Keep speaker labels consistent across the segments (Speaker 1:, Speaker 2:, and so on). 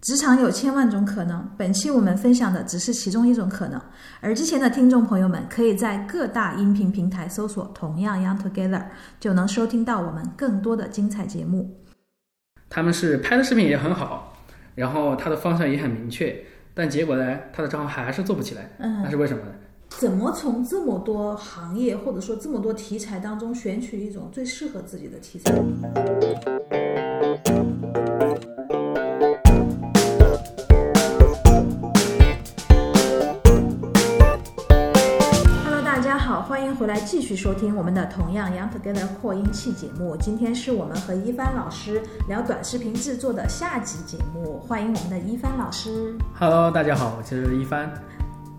Speaker 1: 职场有千万种可能，本期我们分享的只是其中一种可能。而之前的听众朋友们，可以在各大音频平台搜索“同样 Young Together”，就能收听到我们更多的精彩节目。
Speaker 2: 他们是拍的视频也很好，然后他的方向也很明确，但结果呢，他的账号还是做不起来，那
Speaker 1: 嗯，
Speaker 2: 是为什么呢？
Speaker 1: 怎么从这么多行业或者说这么多题材当中选取一种最适合自己的题材？Hello，大家好，欢迎回来继续收听我们的同样 Young Together 扩音器节目。今天是我们和一帆老师聊短视频制作的下集节目，欢迎我们的一帆老师。
Speaker 2: Hello，大家好，我是一帆。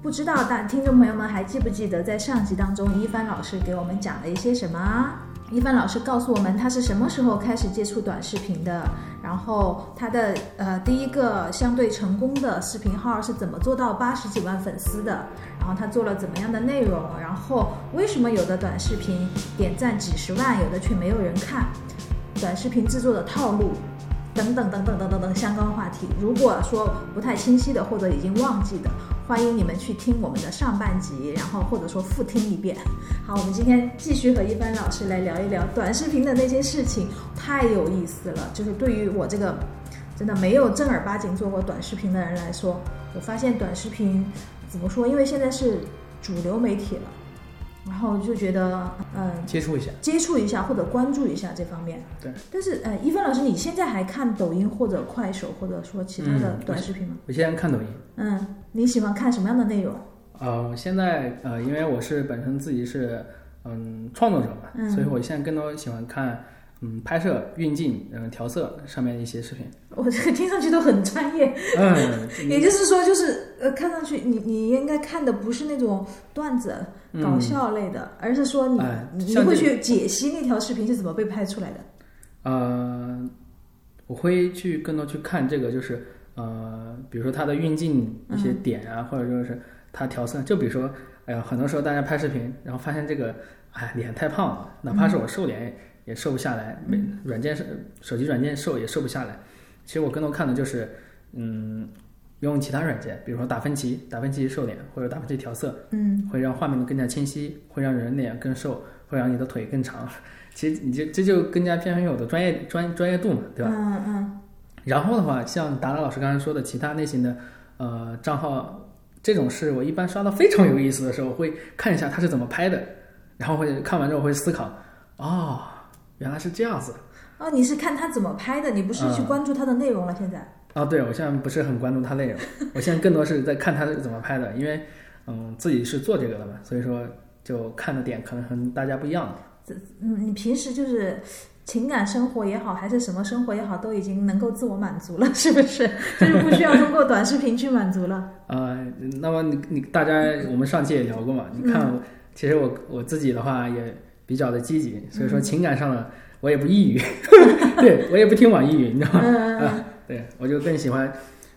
Speaker 1: 不知道大听众朋友们还记不记得，在上集当中，一帆老师给我们讲了一些什么啊？一帆老师告诉我们，他是什么时候开始接触短视频的，然后他的呃第一个相对成功的视频号是怎么做到八十几万粉丝的，然后他做了怎么样的内容，然后为什么有的短视频点赞几十万，有的却没有人看，短视频制作的套路。等等等等等等等相关话题，如果说不太清晰的或者已经忘记的，欢迎你们去听我们的上半集，然后或者说复听一遍。好，我们今天继续和一帆老师来聊一聊短视频的那些事情，太有意思了。就是对于我这个真的没有正儿八经做过短视频的人来说，我发现短视频怎么说？因为现在是主流媒体了，然后就觉得嗯、
Speaker 2: 接触一下，
Speaker 1: 接触一下或者关注一下这方面。
Speaker 2: 对。
Speaker 1: 但是呃，一帆老师，你现在还看抖音或者快手或者说其他的
Speaker 2: 嗯
Speaker 1: 短视频吗？
Speaker 2: 我现在看抖音。
Speaker 1: 嗯，你喜欢看什么样的内容？
Speaker 2: 呃，我现在呃，因为我是本身自己是嗯创作者嘛，
Speaker 1: 嗯
Speaker 2: 所以我现在更多喜欢看嗯拍摄、运镜、嗯调色上面的一些视频。
Speaker 1: 我这个听上去都很专业，
Speaker 2: 嗯，
Speaker 1: 也就是说，就是呃，看上去你你应该看的不是那种段子、
Speaker 2: 嗯
Speaker 1: 搞笑类的，而是说你、
Speaker 2: 哎
Speaker 1: 你你
Speaker 2: 像
Speaker 1: 会
Speaker 2: 这
Speaker 1: 去解析那条视频是怎么被拍出来的。
Speaker 2: 呃，我会去更多去看这个，就是呃，比如说它的运镜一些点啊，或者说是它调色。就比如说，哎呀，很多时候大家拍视频，然后发现这个，哎，脸太胖了，哪怕是我瘦脸也瘦不下来，没软件是手机软件瘦也瘦不下来。其实我更多看的就是，嗯，用其他软件，比如说达芬奇，达芬奇瘦脸或者达芬奇调色，
Speaker 1: 嗯，
Speaker 2: 会让画面更加清晰，会让人脸更瘦，会让你的腿更长。 其实你就这就更加偏向于我的专业专专业度嘛，对吧？
Speaker 1: 嗯嗯
Speaker 2: 然后的话，像达达老师刚才说的其他类型的呃账号，这种是我一般刷到非常有意思的时候，会看一下他是怎么拍的，然后会看完之后会思考，哦，原来是这样子。
Speaker 1: 哦，你是看他怎么拍的，你不是去
Speaker 2: 嗯
Speaker 1: 关注他的内容了？现在，
Speaker 2: 啊，对，我现在不是很关注它内容， 我现在更多是在看它是怎么拍的，因为嗯自己是做这个的嘛，所以说就看的点可能和大家不一样。
Speaker 1: 嗯，你平时就是情感生活也好，还是什么生活也好，都已经能够自我满足了， 是不是？就是不需要通过短视频去满足了。
Speaker 2: 呃，那么你你大家，我们上期也聊过嘛？你看我，其实我我自己的话也比较的积极，所以说情感上呢，我也不抑郁， 对我也不听网易云，你知道吗？
Speaker 1: 嗯，
Speaker 2: 啊，对我就更喜欢，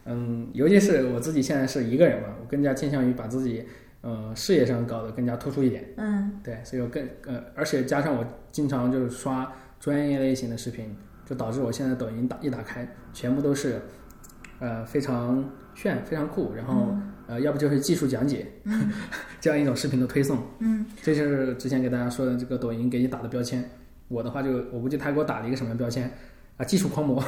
Speaker 2: 嗯，尤其是我自己现在是一个人嘛，我更加倾向于把自己，嗯、事业上搞得更加突出一点，
Speaker 1: 嗯，
Speaker 2: 对，所以我更呃，而且加上我经常就是刷专业类型的视频，就导致我现在抖音打一打开，全部都是，呃，非常炫、非常酷，然后、
Speaker 1: 嗯
Speaker 2: 呃，要不就是技术讲解， 这样一种视频的推送。嗯，这就是之前给大家说的这个抖音给你打的标签。我的话就，我估计他给我打了一个什么标签啊？技术狂魔。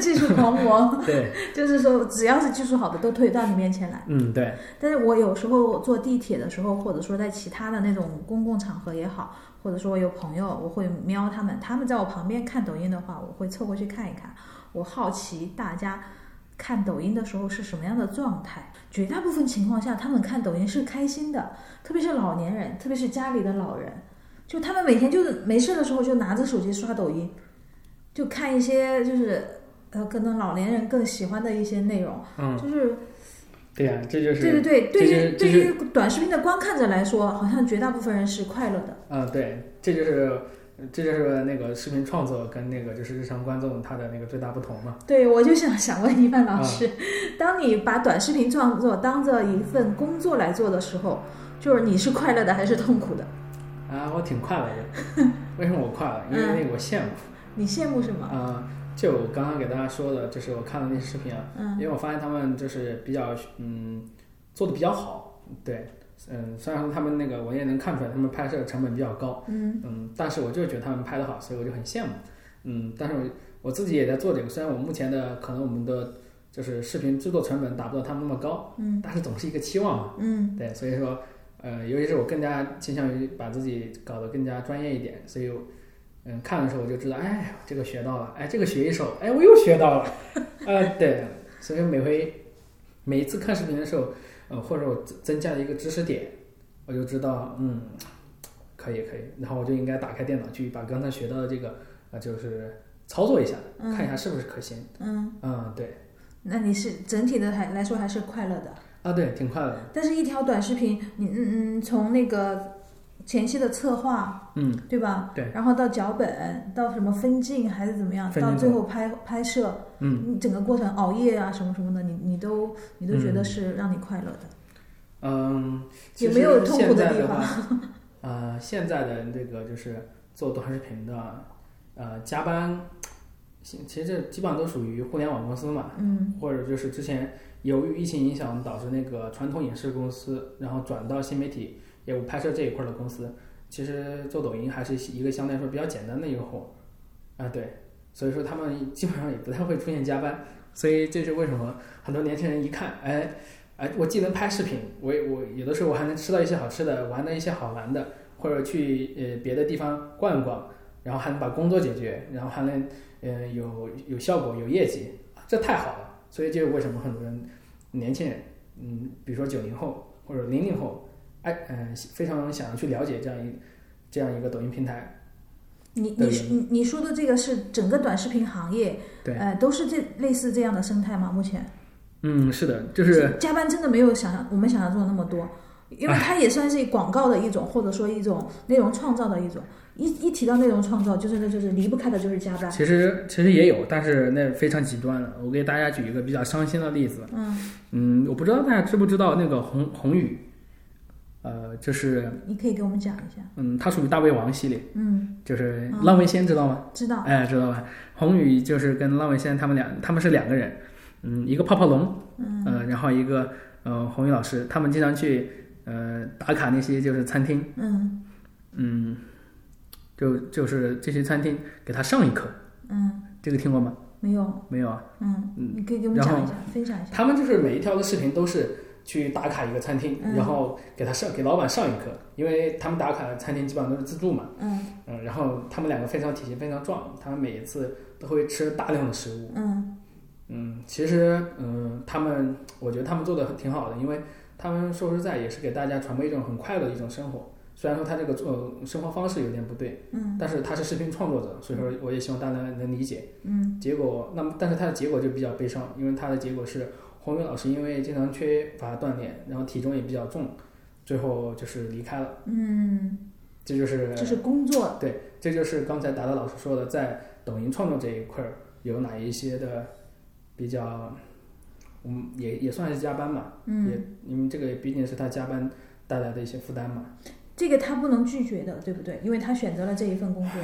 Speaker 1: 技术狂魔，
Speaker 2: 对，
Speaker 1: 就是说只要是技术好的都推到你面前来。
Speaker 2: 嗯，对，
Speaker 1: 但是我有时候坐地铁的时候，或者说在其他的那种公共场合也好，或者说有朋友，我会瞄他们，他们在我旁边看抖音的话，我会凑过去看一看。我好奇大家看抖音的时候是什么样的状态。绝大部分情况下，他们看抖音是开心的，特别是老年人，特别是家里的老人，就他们每天就是没事的时候就拿着手机刷抖音，就看一些就是呃，可能老年人更喜欢的一些内容，
Speaker 2: 嗯，
Speaker 1: 就是。
Speaker 2: 对呀、这就是，
Speaker 1: 对对对，对于
Speaker 2: 这
Speaker 1: 对
Speaker 2: 就是
Speaker 1: 于短视频的观看者来说，好像绝大部分人是快乐的。
Speaker 2: 嗯，对，这就是。这就是那个视频创作跟那个就是日常观众他的那个最大不同嘛。
Speaker 1: 对，我就想想问一范老师， 当你把短视频创作当做一份工作来做的时候，就是你是快乐的还是痛苦的？ 嗯
Speaker 2: 啊，我挺快乐的。为什么我快乐？因为那个我羡慕。
Speaker 1: 你羡慕什么？
Speaker 2: 啊、就我刚刚给大家说的，就是我看的那些视频啊，
Speaker 1: 嗯
Speaker 2: 因为我发现他们就是比较嗯做的比较好，对，嗯，虽然说他们那个我也能看出来他们拍摄成本比较高，
Speaker 1: 嗯
Speaker 2: 嗯，但是我就觉得他们拍的好，所以我就很羡慕，嗯，但是我我自己也在做这个，虽然我目前的可能我们的就是视频制作成本达不到他们那么高，
Speaker 1: 嗯
Speaker 2: 但是总是一个期望嘛，
Speaker 1: 嗯
Speaker 2: 对，所以说呃，尤其是我更加倾向于把自己搞得更加专业一点，所以我。嗯，看的时候我就知道，哎，这个学到了，哎，这个学一手，哎，我又学到了， 呃，对，所以每回每一次看视频的时候，呃，或者我增增加了一个知识点，我就知道，嗯，可以可以，然后我就应该打开电脑去把刚才学到的这个，呃，就是操作一下，
Speaker 1: 嗯
Speaker 2: 看一下是不是可行。
Speaker 1: 嗯，
Speaker 2: 嗯，对，
Speaker 1: 那你是整体的还来说还是快乐的，
Speaker 2: 啊，对，挺快乐的。
Speaker 1: 但是一条短视频，你嗯嗯，从那个前期的策划
Speaker 2: 嗯，
Speaker 1: 对吧？
Speaker 2: 对
Speaker 1: 然后到脚本，到什么分镜还是怎么样，
Speaker 2: 分镜
Speaker 1: 到最后拍拍摄，
Speaker 2: 嗯，
Speaker 1: 你整个过程熬夜啊什么什么的，你你都你都觉得是让你快乐的，
Speaker 2: 嗯，
Speaker 1: 有没有痛苦
Speaker 2: 现在
Speaker 1: 地
Speaker 2: 的
Speaker 1: 方？
Speaker 2: 话， 呃，现在的这个就是做短视频的，呃，加班，其其实这基本上都属于互联网公司嘛，
Speaker 1: 嗯
Speaker 2: 或者就是之前由于疫情影响导致那个传统影视公司，然后转到新媒体业务拍摄这一块儿的公司，其实做抖音还是一个相对来说比较简单的一个活儿，啊，对，所以说他们基本上也不太会出现加班，所以这是为什么很多年轻人一看，哎，哎，我既能拍视频，我也我有的时候我还能吃到一些好吃的，玩到一些好玩的，或者去呃别的地方逛逛，然后还能把工作解决，然后还能嗯、呃有有效果有业绩，这太好了。所以这是为什么很多人年轻人，嗯，比如说九零后或者零零后，哎嗯、非常想要去了解这样一这样一个抖音平台，
Speaker 1: 你
Speaker 2: 对
Speaker 1: 你是你你说的这个是整个短视频行业，
Speaker 2: 对
Speaker 1: 呃，都是这类似这样的生态吗？目前
Speaker 2: 嗯，是哎的，就
Speaker 1: 加班真的没有想象我们想象中的那么多，因为它也算是广告的一种，或者说一种内容创造的一种。一一提到内容创造，就是那就是离不开的就是加班。
Speaker 2: 其实其实也有，但是那非常极端了。我给大家举一个比较伤心的例子。
Speaker 1: 嗯，
Speaker 2: 嗯，我不知道大家知不知道那个红红宇，呃，就是
Speaker 1: 你可以给我们讲一下。
Speaker 2: 嗯，它属于大胃王系列，
Speaker 1: 嗯，
Speaker 2: 就是
Speaker 1: 嗯
Speaker 2: 浪味仙，知道吗？
Speaker 1: 知道。
Speaker 2: 哎，知道吧？红宇就是跟浪味仙他们俩，他们是两个人，嗯，一个泡泡龙，
Speaker 1: 嗯
Speaker 2: 呃，然后一个呃红宇老师，他们经常去呃打卡那些就是餐厅，
Speaker 1: 嗯
Speaker 2: 嗯，就就是这些餐厅给他上一课，
Speaker 1: 嗯，
Speaker 2: 这个听过吗？
Speaker 1: 没有。
Speaker 2: 没有啊。
Speaker 1: 嗯，
Speaker 2: 嗯
Speaker 1: 你可以给我们
Speaker 2: 然
Speaker 1: 讲
Speaker 2: 后
Speaker 1: 一下，分享一下。
Speaker 2: 他们就是每一条的视频都是去打卡一个餐厅，
Speaker 1: 嗯
Speaker 2: 然后给他上给老板上一课，因为他们打卡的餐厅基本上都是自助嘛，
Speaker 1: 嗯
Speaker 2: 嗯，然后他们两个非常体型非常壮，他们每一次都会吃大量的食物，
Speaker 1: 嗯
Speaker 2: 嗯，其实嗯，他们我觉得他们做的挺好的，因为他们说实在也是给大家传播一种很快乐的一种生活，虽然说他这个做呃生活方式有点不对，
Speaker 1: 嗯
Speaker 2: 但是他是视频创作者，所以说我也希望大家能理解。
Speaker 1: 嗯
Speaker 2: 结果，那么但是他的结果就比较悲伤，因为他的结果是洪宇老师因为经常缺乏锻炼，然后体重也比较重，最后就是离开了。
Speaker 1: 嗯，
Speaker 2: 这就是
Speaker 1: 就是工作。
Speaker 2: 对，这就是刚才达达老师说的，在抖音创作这一块儿有哪一些的比较，嗯，也也算是加班嘛，也
Speaker 1: 嗯，
Speaker 2: 因为这个也毕竟是他加班带来的一些负担嘛。
Speaker 1: 这个他不能拒绝的，对不对？因为他选择了这一份工作，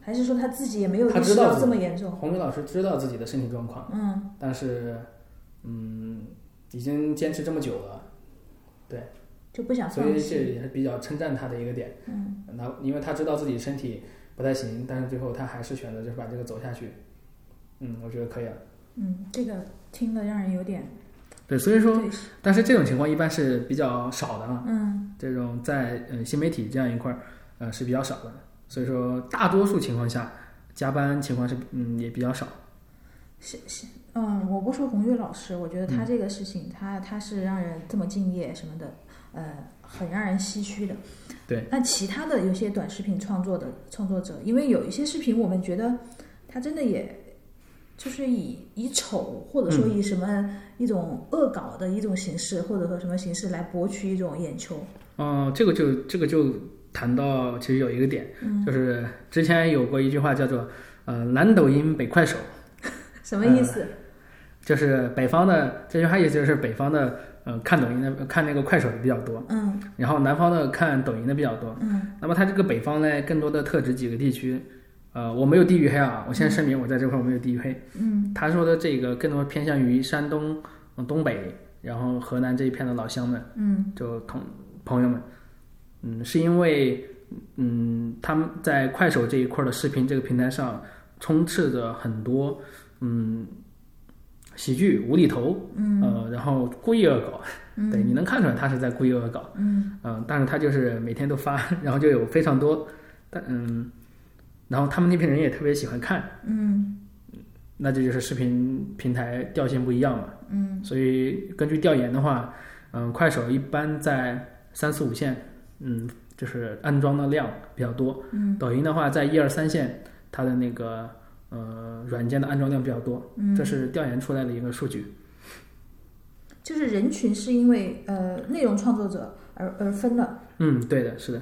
Speaker 1: 还是说他自己也没有
Speaker 2: 他
Speaker 1: 意
Speaker 2: 知
Speaker 1: 识
Speaker 2: 道
Speaker 1: 到
Speaker 2: 自
Speaker 1: 这
Speaker 2: 己
Speaker 1: 么严重？
Speaker 2: 洪宇老师知道自己的身体状况，
Speaker 1: 嗯，
Speaker 2: 但是，嗯，已经坚持这么久了。
Speaker 1: 就不想
Speaker 2: 所
Speaker 1: 放
Speaker 2: 以这
Speaker 1: 弃。
Speaker 2: 也是比较称赞他的一个点。
Speaker 1: 嗯，
Speaker 2: 那因为他知道自己身体不太行，但是最后他还是选择就是把这个走下去。嗯，我觉得可以了。
Speaker 1: 嗯，这个听了让人有点
Speaker 2: 对，所以说，
Speaker 1: 对，
Speaker 2: 但是这种情况一般是比较少的啊，
Speaker 1: 嗯
Speaker 2: 这种在呃新媒体这样一块儿，呃是比较少的。所以说，大多数情况下，加班情况是嗯也比较少。
Speaker 1: 嗯，我不说红玉老师，我觉得
Speaker 2: 嗯
Speaker 1: 他这个事情，他他是让人这么敬业什么的，呃，很让人唏嘘的。
Speaker 2: 对。
Speaker 1: 那其他的有些短视频创作的创作者，因为有一些视频，我们觉得他真的也。就是以以丑，或者说
Speaker 2: 嗯
Speaker 1: 以什么一种恶搞的一种形式，或者说什么形式来博取一种眼球。
Speaker 2: 嗯、这个就这个就谈到其实有一个点，
Speaker 1: 嗯，
Speaker 2: 就是之前有过一句话叫做呃南抖音北快手。
Speaker 1: 什么意
Speaker 2: 嗯
Speaker 1: 思？
Speaker 2: 就是北方的这句话意思就是北方的呃看抖音的看那个快手的比较多，
Speaker 1: 嗯
Speaker 2: 然后南方的看抖音的比较多。
Speaker 1: 嗯
Speaker 2: 那么它这个北方呢，更多的特指几个地区，呃，我没有地域黑啊，我先声明，我在这块我没有地域黑。嗯，他说的这个更多偏向于山东、嗯东北，然后河南这一片的老乡们，
Speaker 1: 嗯
Speaker 2: 就同朋友们，嗯，是因为嗯他们在快手这一块的视频这个平台上充斥着很多嗯喜剧无厘头，嗯呃，然后故意恶搞，对，你能看出来他是在故意恶搞。
Speaker 1: 嗯
Speaker 2: 嗯，但是他就是每天都发， 然后就有非常多，但嗯，然后他们那边人也特别喜欢看，
Speaker 1: 嗯
Speaker 2: 那这就是视频平台调性不一样嘛。
Speaker 1: 嗯
Speaker 2: 所以根据调研的话，嗯，快手一般在三四五线，嗯，就是安装的量比较多。
Speaker 1: 嗯，
Speaker 2: 抖音的话在一二三线，它的那个呃软件的安装量比较多，
Speaker 1: 嗯，
Speaker 2: 这是调研出来的一个数据。
Speaker 1: 就是人群是因为呃内容创作者而而分的，
Speaker 2: 嗯，对的，是的。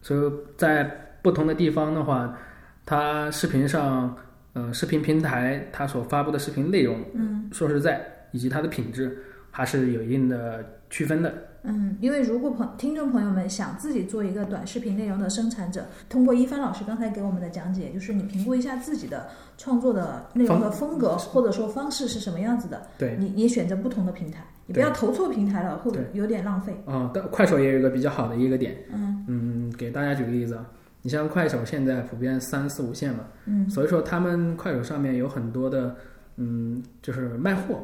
Speaker 2: 所以在不同的地方的话，它视频上，嗯、视频平台它所发布的视频内容，
Speaker 1: 嗯
Speaker 2: 说实在，以及它的品质，还是有一定的区分的。
Speaker 1: 嗯，因为如果朋听众朋友们想自己做一个短视频内容的生产者，通过一帆老师刚才给我们的讲解，就是你评估一下自己的创作的内容和风格或者说方式是什么样子的，
Speaker 2: 对，
Speaker 1: 你你选择不同的平台，你不
Speaker 2: 对
Speaker 1: 要投错平台了，会
Speaker 2: 对
Speaker 1: 有点浪费。
Speaker 2: 嗯，但快手也有一个比较好的一个点，
Speaker 1: 嗯
Speaker 2: 嗯，给大家举个例子啊，你像快手现在普遍三四五线嘛，
Speaker 1: 嗯
Speaker 2: 所以说他们快手上面有很多的，嗯，就是卖货，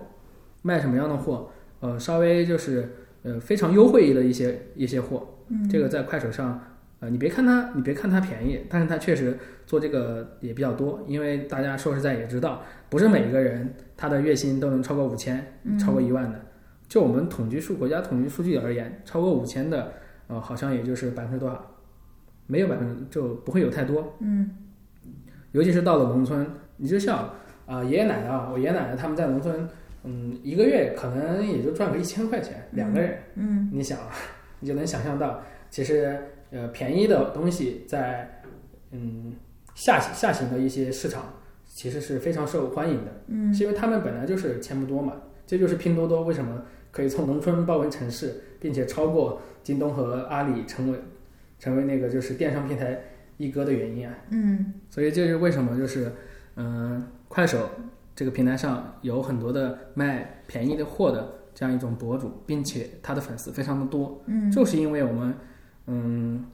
Speaker 2: 卖什么样的货，呃，稍微就是呃非常优惠的一些一些货，
Speaker 1: 嗯，
Speaker 2: 这个在快手上，呃，你别看它，你别看它便宜，但是它确实做这个也比较多，因为大家说实在也知道，不是每一个人他的月薪都能超过五千、
Speaker 1: 嗯
Speaker 2: 超过一万的。就我们统计数国家统计数据而言，超过五千的，呃，好像也就是百分之多少，没有百分之就不会有太多。
Speaker 1: 嗯
Speaker 2: 尤其是到了农村，你就像啊、爷爷奶奶啊，我爷爷奶奶他们在农村，嗯，一个月可能也就赚个一千块钱，两个人。
Speaker 1: 嗯
Speaker 2: 你想，啊 你就能想象到，其实呃，便宜的东西在嗯下下行的一些市场其实是非常受欢迎的，
Speaker 1: 嗯
Speaker 2: 是因为他们本来就是钱不多嘛。这就是拼多多为什么可以从农村包围城市，并且超过京东和阿里，成为成为那个就是电商平台一哥的原因啊。
Speaker 1: 嗯
Speaker 2: 所以这是为什么就是嗯、快手这个平台上有很多的卖便宜的货的这样一种博主，并且他的粉丝非常的多。
Speaker 1: 嗯
Speaker 2: 就是因为我们，嗯，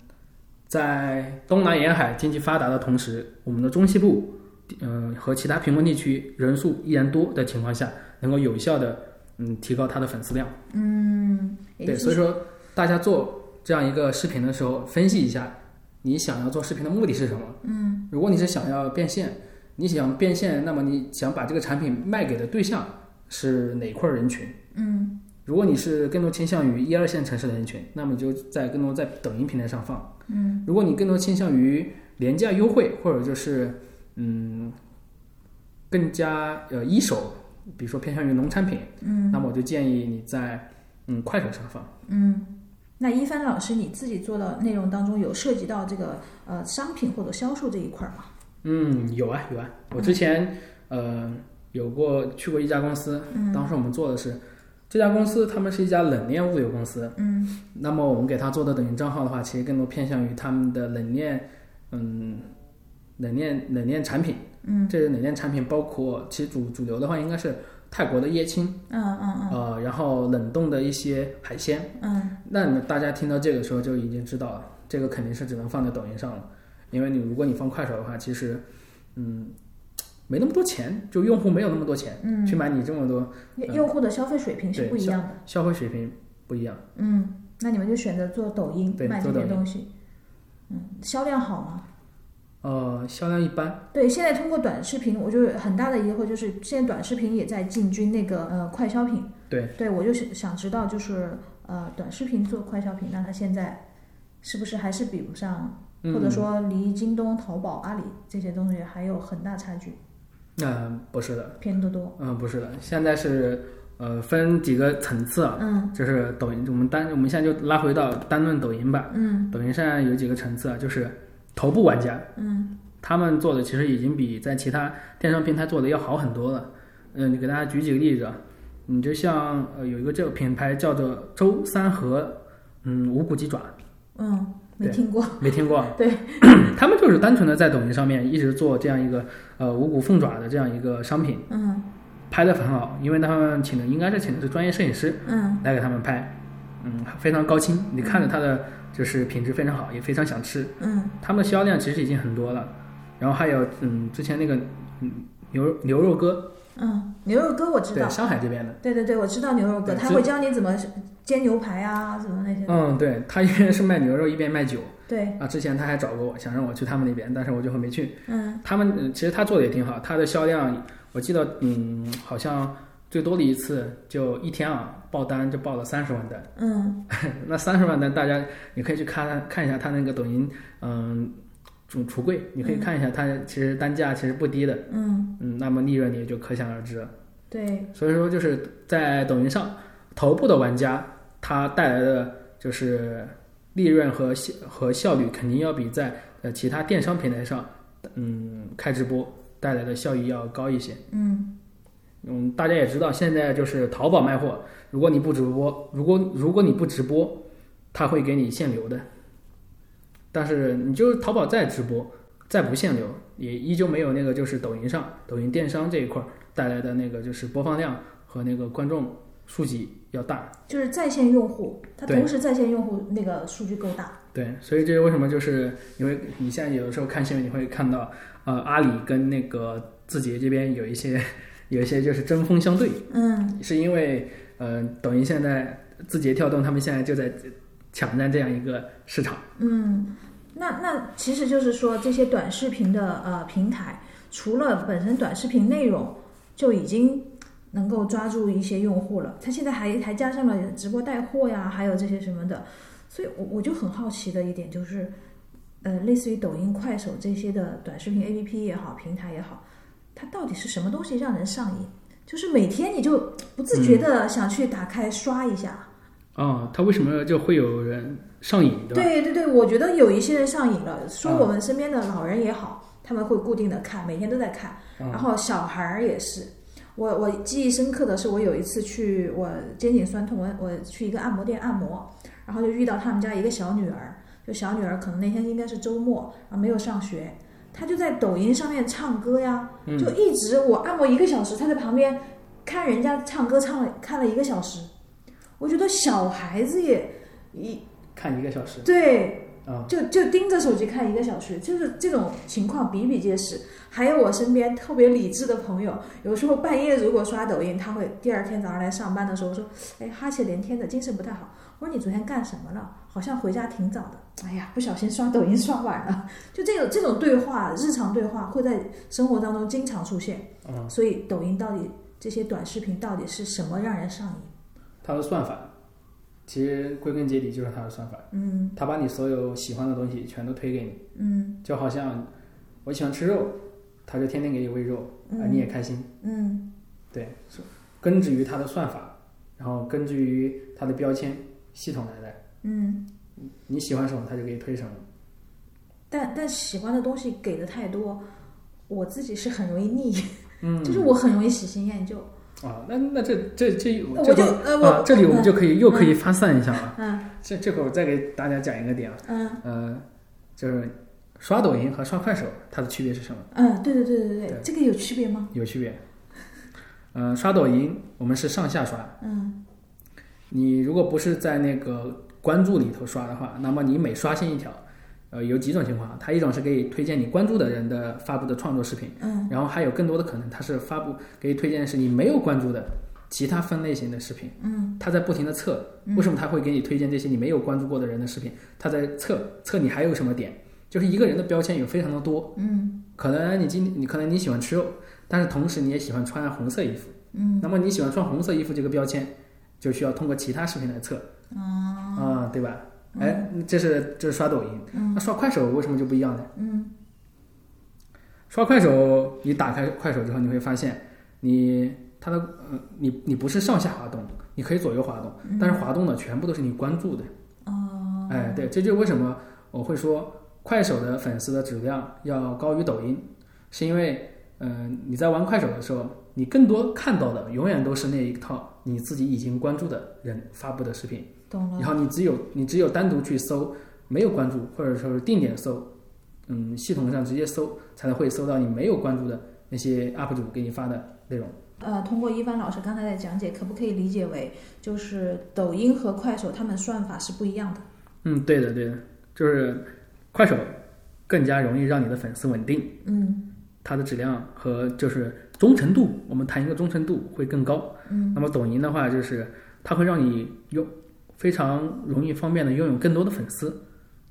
Speaker 2: 在东南沿海经济发达的同时，我们的中西部，嗯、和其他贫困地区人数依然多的情况下，能够有效的嗯提高它的粉丝量。
Speaker 1: 嗯，也
Speaker 2: 对，
Speaker 1: 就
Speaker 2: 所以
Speaker 1: 是
Speaker 2: 说大家做这样一个视频的时候，分析一下你想要做视频的目的是什么。嗯，如果你是想要变现，你想变现，那么你想把这个产品卖给的对象是哪块人群？
Speaker 1: 嗯
Speaker 2: 如果你是更多倾向于一二线城市的人群，那么你就在更多在抖音平台上放。
Speaker 1: 嗯，
Speaker 2: 如果你更多倾向于廉价优惠，或者就是嗯更加呃一手，比如说偏向于农产品，
Speaker 1: 嗯
Speaker 2: 那么我就建议你在嗯快手上放。
Speaker 1: 嗯，那一帆老师你自己做的内容当中有涉及到这个呃商品或者销售这一块儿吗？
Speaker 2: 嗯，有啊有啊，我之前呃有过去过一家公司，
Speaker 1: 嗯
Speaker 2: 当时我们做的是这家公司，他们是一家冷链物流公司。
Speaker 1: 嗯
Speaker 2: 那么我们给他做的抖音账号的话，其实更多偏向于他们的冷链，嗯，冷链冷链产品。
Speaker 1: 嗯
Speaker 2: 这个冷链产品包括，其实主主流的话应该是泰国的椰青，
Speaker 1: 嗯嗯
Speaker 2: 呃，然后冷冻的一些海鲜。
Speaker 1: 嗯嗯
Speaker 2: 那你们大家听到这个时候就已经知道了，这个肯定是只能放在抖音上了，因为你如果你放快手的话，其实，嗯，没那么多钱，就用户没有那么多钱、
Speaker 1: 嗯，
Speaker 2: 去买你这么多，
Speaker 1: 用用户的消费水平是
Speaker 2: 对
Speaker 1: 不一样的。
Speaker 2: 消费水平不一样。
Speaker 1: 嗯，那你们就选择做抖音
Speaker 2: 对
Speaker 1: 卖这
Speaker 2: 做抖
Speaker 1: 些
Speaker 2: 音
Speaker 1: 东西。嗯，销量好吗？
Speaker 2: 呃，销量一般，
Speaker 1: 对，现在通过短视频，我就是很大的疑惑，就是现在短视频也在进军那个呃快消品。
Speaker 2: 对，
Speaker 1: 对，我就是想知道，就是呃短视频做快消品，那它现在是不是还是比不上，
Speaker 2: 嗯、
Speaker 1: 或者说离京东、淘宝、阿里这些东西还有很大差距？
Speaker 2: 那、啊不是的，
Speaker 1: 拼多多，
Speaker 2: 嗯、不是的，现在是呃分几个层次啊，
Speaker 1: 嗯
Speaker 2: 就是抖音，我们单我们现在就拉回到单论抖音吧，
Speaker 1: 嗯
Speaker 2: 抖音现在有几个层次啊，就是头部玩家，
Speaker 1: 嗯
Speaker 2: 他们做的其实已经比在其他电商平台做的要好很多了。嗯，给大家举几个例子，啊，你就像呃有一个这个品牌叫做周三和嗯无骨鸡爪，
Speaker 1: 嗯没听过。。
Speaker 2: 没听过啊
Speaker 1: 对，
Speaker 2: 他们就是单纯的在抖音上面一直做这样一个呃五谷凤爪的这样一个商品，
Speaker 1: 嗯
Speaker 2: 拍的很好，因为他们请的应该是请的是专业摄影师
Speaker 1: 嗯
Speaker 2: 来给他们拍，嗯，非常高清，你看着它的就是品质非常好，也非常想吃。
Speaker 1: 嗯
Speaker 2: 他们的销量其实已经很多了，然后还有嗯之前那个嗯牛肉牛肉哥，
Speaker 1: 嗯，牛肉哥我知
Speaker 2: 对
Speaker 1: 道，
Speaker 2: 上海这边的，
Speaker 1: 对对对，我知道牛肉哥，
Speaker 2: 对
Speaker 1: 他
Speaker 2: 这
Speaker 1: 会教你怎么煎牛排啊，怎么那些。
Speaker 2: 嗯，对他一边是卖牛肉一边卖酒
Speaker 1: 对，
Speaker 2: 啊，之前他还找过我想让我去他们那边，但是我最后没去。
Speaker 1: 嗯
Speaker 2: 他们嗯其实他做的也挺好，他的销量我记得，嗯，好像最多的一次就一天啊，爆单就爆了三十万单。
Speaker 1: 嗯
Speaker 2: 那三十万单，大家你可以去看看一下他那个抖音，嗯，主橱柜，你可以看一下它其实单价其实不低的，
Speaker 1: 嗯，
Speaker 2: 嗯，那么利润你也就可想而知了。
Speaker 1: 对，
Speaker 2: 所以说就是在抖音上头部的玩家，他带来的就是利润和效和效率肯定要比在呃其他电商平台上，嗯，开直播带来的效益要高一些。
Speaker 1: 嗯
Speaker 2: 嗯，大家也知道，现在就是淘宝卖货，如果你不直播，如果如果你不直播，他会给你限流的。但是你就是淘宝再直播，再不限流，也依旧没有那个就是抖音上抖音电商这一块儿带来的那个就是播放量和那个观众数级要大。
Speaker 1: 就是在线用户，它
Speaker 2: 对
Speaker 1: 同时在线用户那个数据够大。
Speaker 2: 对，所以这是为什么就是因为你现在有的时候看新闻，你会看到呃阿里跟那个字节这边有一些有一些就是针锋相对。
Speaker 1: 嗯
Speaker 2: 是因为呃，抖音现在字节跳动他们现在就在抢占这样一个市场。
Speaker 1: 嗯，那那其实就是说，这些短视频的呃平台，除了本身短视频内容就已经能够抓住一些用户了，它现在还还加上了直播带货呀，还有这些什么的，所以我我就很好奇的一点就是，呃，类似于抖音、快手这些的短视频 APP 也好，平台也好，它到底是什么东西让人上瘾？就是每天你就不自觉的想去打开刷一下。
Speaker 2: 哦，他为什么就会有人上瘾，对吧？嗯
Speaker 1: 对对对，我觉得有一些人上瘾了，说我们身边的老人也好，他们会固定的看，每天都在看，
Speaker 2: 嗯
Speaker 1: 然后小孩儿也是。我我记忆深刻的是，我有一次去我肩颈酸痛，我我去一个按摩店按摩，然后就遇到他们家一个小女儿，就小女儿可能那天应该是周末，然后没有上学，她就在抖音上面唱歌呀，
Speaker 2: 嗯
Speaker 1: 就一直我按摩一个小时，她在旁边看人家唱歌唱了看了一个小时，我觉得小孩子也一
Speaker 2: 看一个小时
Speaker 1: 对
Speaker 2: 啊、
Speaker 1: 就就盯着手机看一个小时，就是这种情况比比皆是。还有我身边特别理智的朋友，有时候半夜如果刷抖音，他会第二天早上来上班的时候说：“哎，哈欠连天的，精神不太好。”我说：“你昨天干什么了？好像回家挺早的。”哎呀，不小心刷抖音刷晚了。就这种这种对话，日常对话会在生活当中经常出现。
Speaker 2: 嗯，
Speaker 1: 所以抖音到底这些短视频到底是什么让人上瘾？
Speaker 2: 他的算法其实归根结底就是他的算法，
Speaker 1: 嗯
Speaker 2: 他把你所有喜欢的东西全都推给你，
Speaker 1: 嗯
Speaker 2: 就好像我喜欢吃肉，他就天天给你喂肉，啊、
Speaker 1: 嗯
Speaker 2: 你也开心。
Speaker 1: 嗯
Speaker 2: 对，是根植于他的算法，然后根植于他的标签系统来的，
Speaker 1: 嗯，
Speaker 2: 你喜欢什么他就给你推什么。
Speaker 1: 但但喜欢的东西给的太多，我自己是很容易腻。
Speaker 2: 嗯，
Speaker 1: 就是我很容易喜新厌旧，
Speaker 2: 啊，那那这这这，
Speaker 1: 我
Speaker 2: 这
Speaker 1: 就
Speaker 2: 会儿
Speaker 1: 呃
Speaker 2: 啊
Speaker 1: 我，
Speaker 2: 这里我们就可以又
Speaker 1: 嗯
Speaker 2: 可以发散一下了。
Speaker 1: 嗯
Speaker 2: 这这会儿我再给大家讲一个点啊，
Speaker 1: 嗯
Speaker 2: 呃，就是刷抖音和刷快手它的区别是什么？
Speaker 1: 嗯，对对对对对
Speaker 2: 对，
Speaker 1: 这个有区别吗？
Speaker 2: 有区别。呃，刷抖音我们是上下刷，
Speaker 1: 嗯
Speaker 2: 你如果不是在那个关注里头刷的话，那么你每刷新一条，呃，有几种情况，它一种是给你推荐你关注的人的发布的创作视频，
Speaker 1: 嗯
Speaker 2: 然后还有更多的可能它是发布给你推荐的是你没有关注的其他分类型的视频。
Speaker 1: 嗯
Speaker 2: 他在不停的测，
Speaker 1: 嗯
Speaker 2: 为什么他会给你推荐这些你没有关注过的人的视频？他在测测你还有什么点，就是一个人的标签有非常的多，
Speaker 1: 嗯
Speaker 2: 可能你今你可能你喜欢吃肉，但是同时你也喜欢穿红色衣服，
Speaker 1: 嗯
Speaker 2: 那么你喜欢穿红色衣服这个标签，就需要通过其他视频来测，
Speaker 1: 啊
Speaker 2: 啊、对吧？哎，这是这是刷抖音，
Speaker 1: 嗯
Speaker 2: 那刷快手为什么就不一样呢？
Speaker 1: 嗯
Speaker 2: 刷快手，你打开快手之后，你会发现你它的呃，你你不是上下滑动，你可以左右滑动，但是滑动的全部都是你关注的。
Speaker 1: 嗯哦
Speaker 2: 哎，对，这就是为什么我会说快手的粉丝的质量要高于抖音，是因为，嗯、你在玩快手的时候，你更多看到的永远都是那一套你自己已经关注的人发布的视频，
Speaker 1: 懂
Speaker 2: 然
Speaker 1: 了，
Speaker 2: 后你只有你只有单独去搜没有关注，或者说是定点搜，嗯，系统上直接搜，才会搜到你没有关注的那些 UP 主给你发的内容。
Speaker 1: 呃，通过一帆老师刚才的讲解，可不可以理解为，就是抖音和快手他们算法是不一样的？
Speaker 2: 嗯，对的，对的，就是快手更加容易让你的粉丝稳定，
Speaker 1: 嗯
Speaker 2: 它的质量和就是忠诚度，我们谈一个忠诚度会更高。
Speaker 1: 嗯，
Speaker 2: 那么抖音的话，就是它会让你拥非常容易方便的拥有更多的粉丝，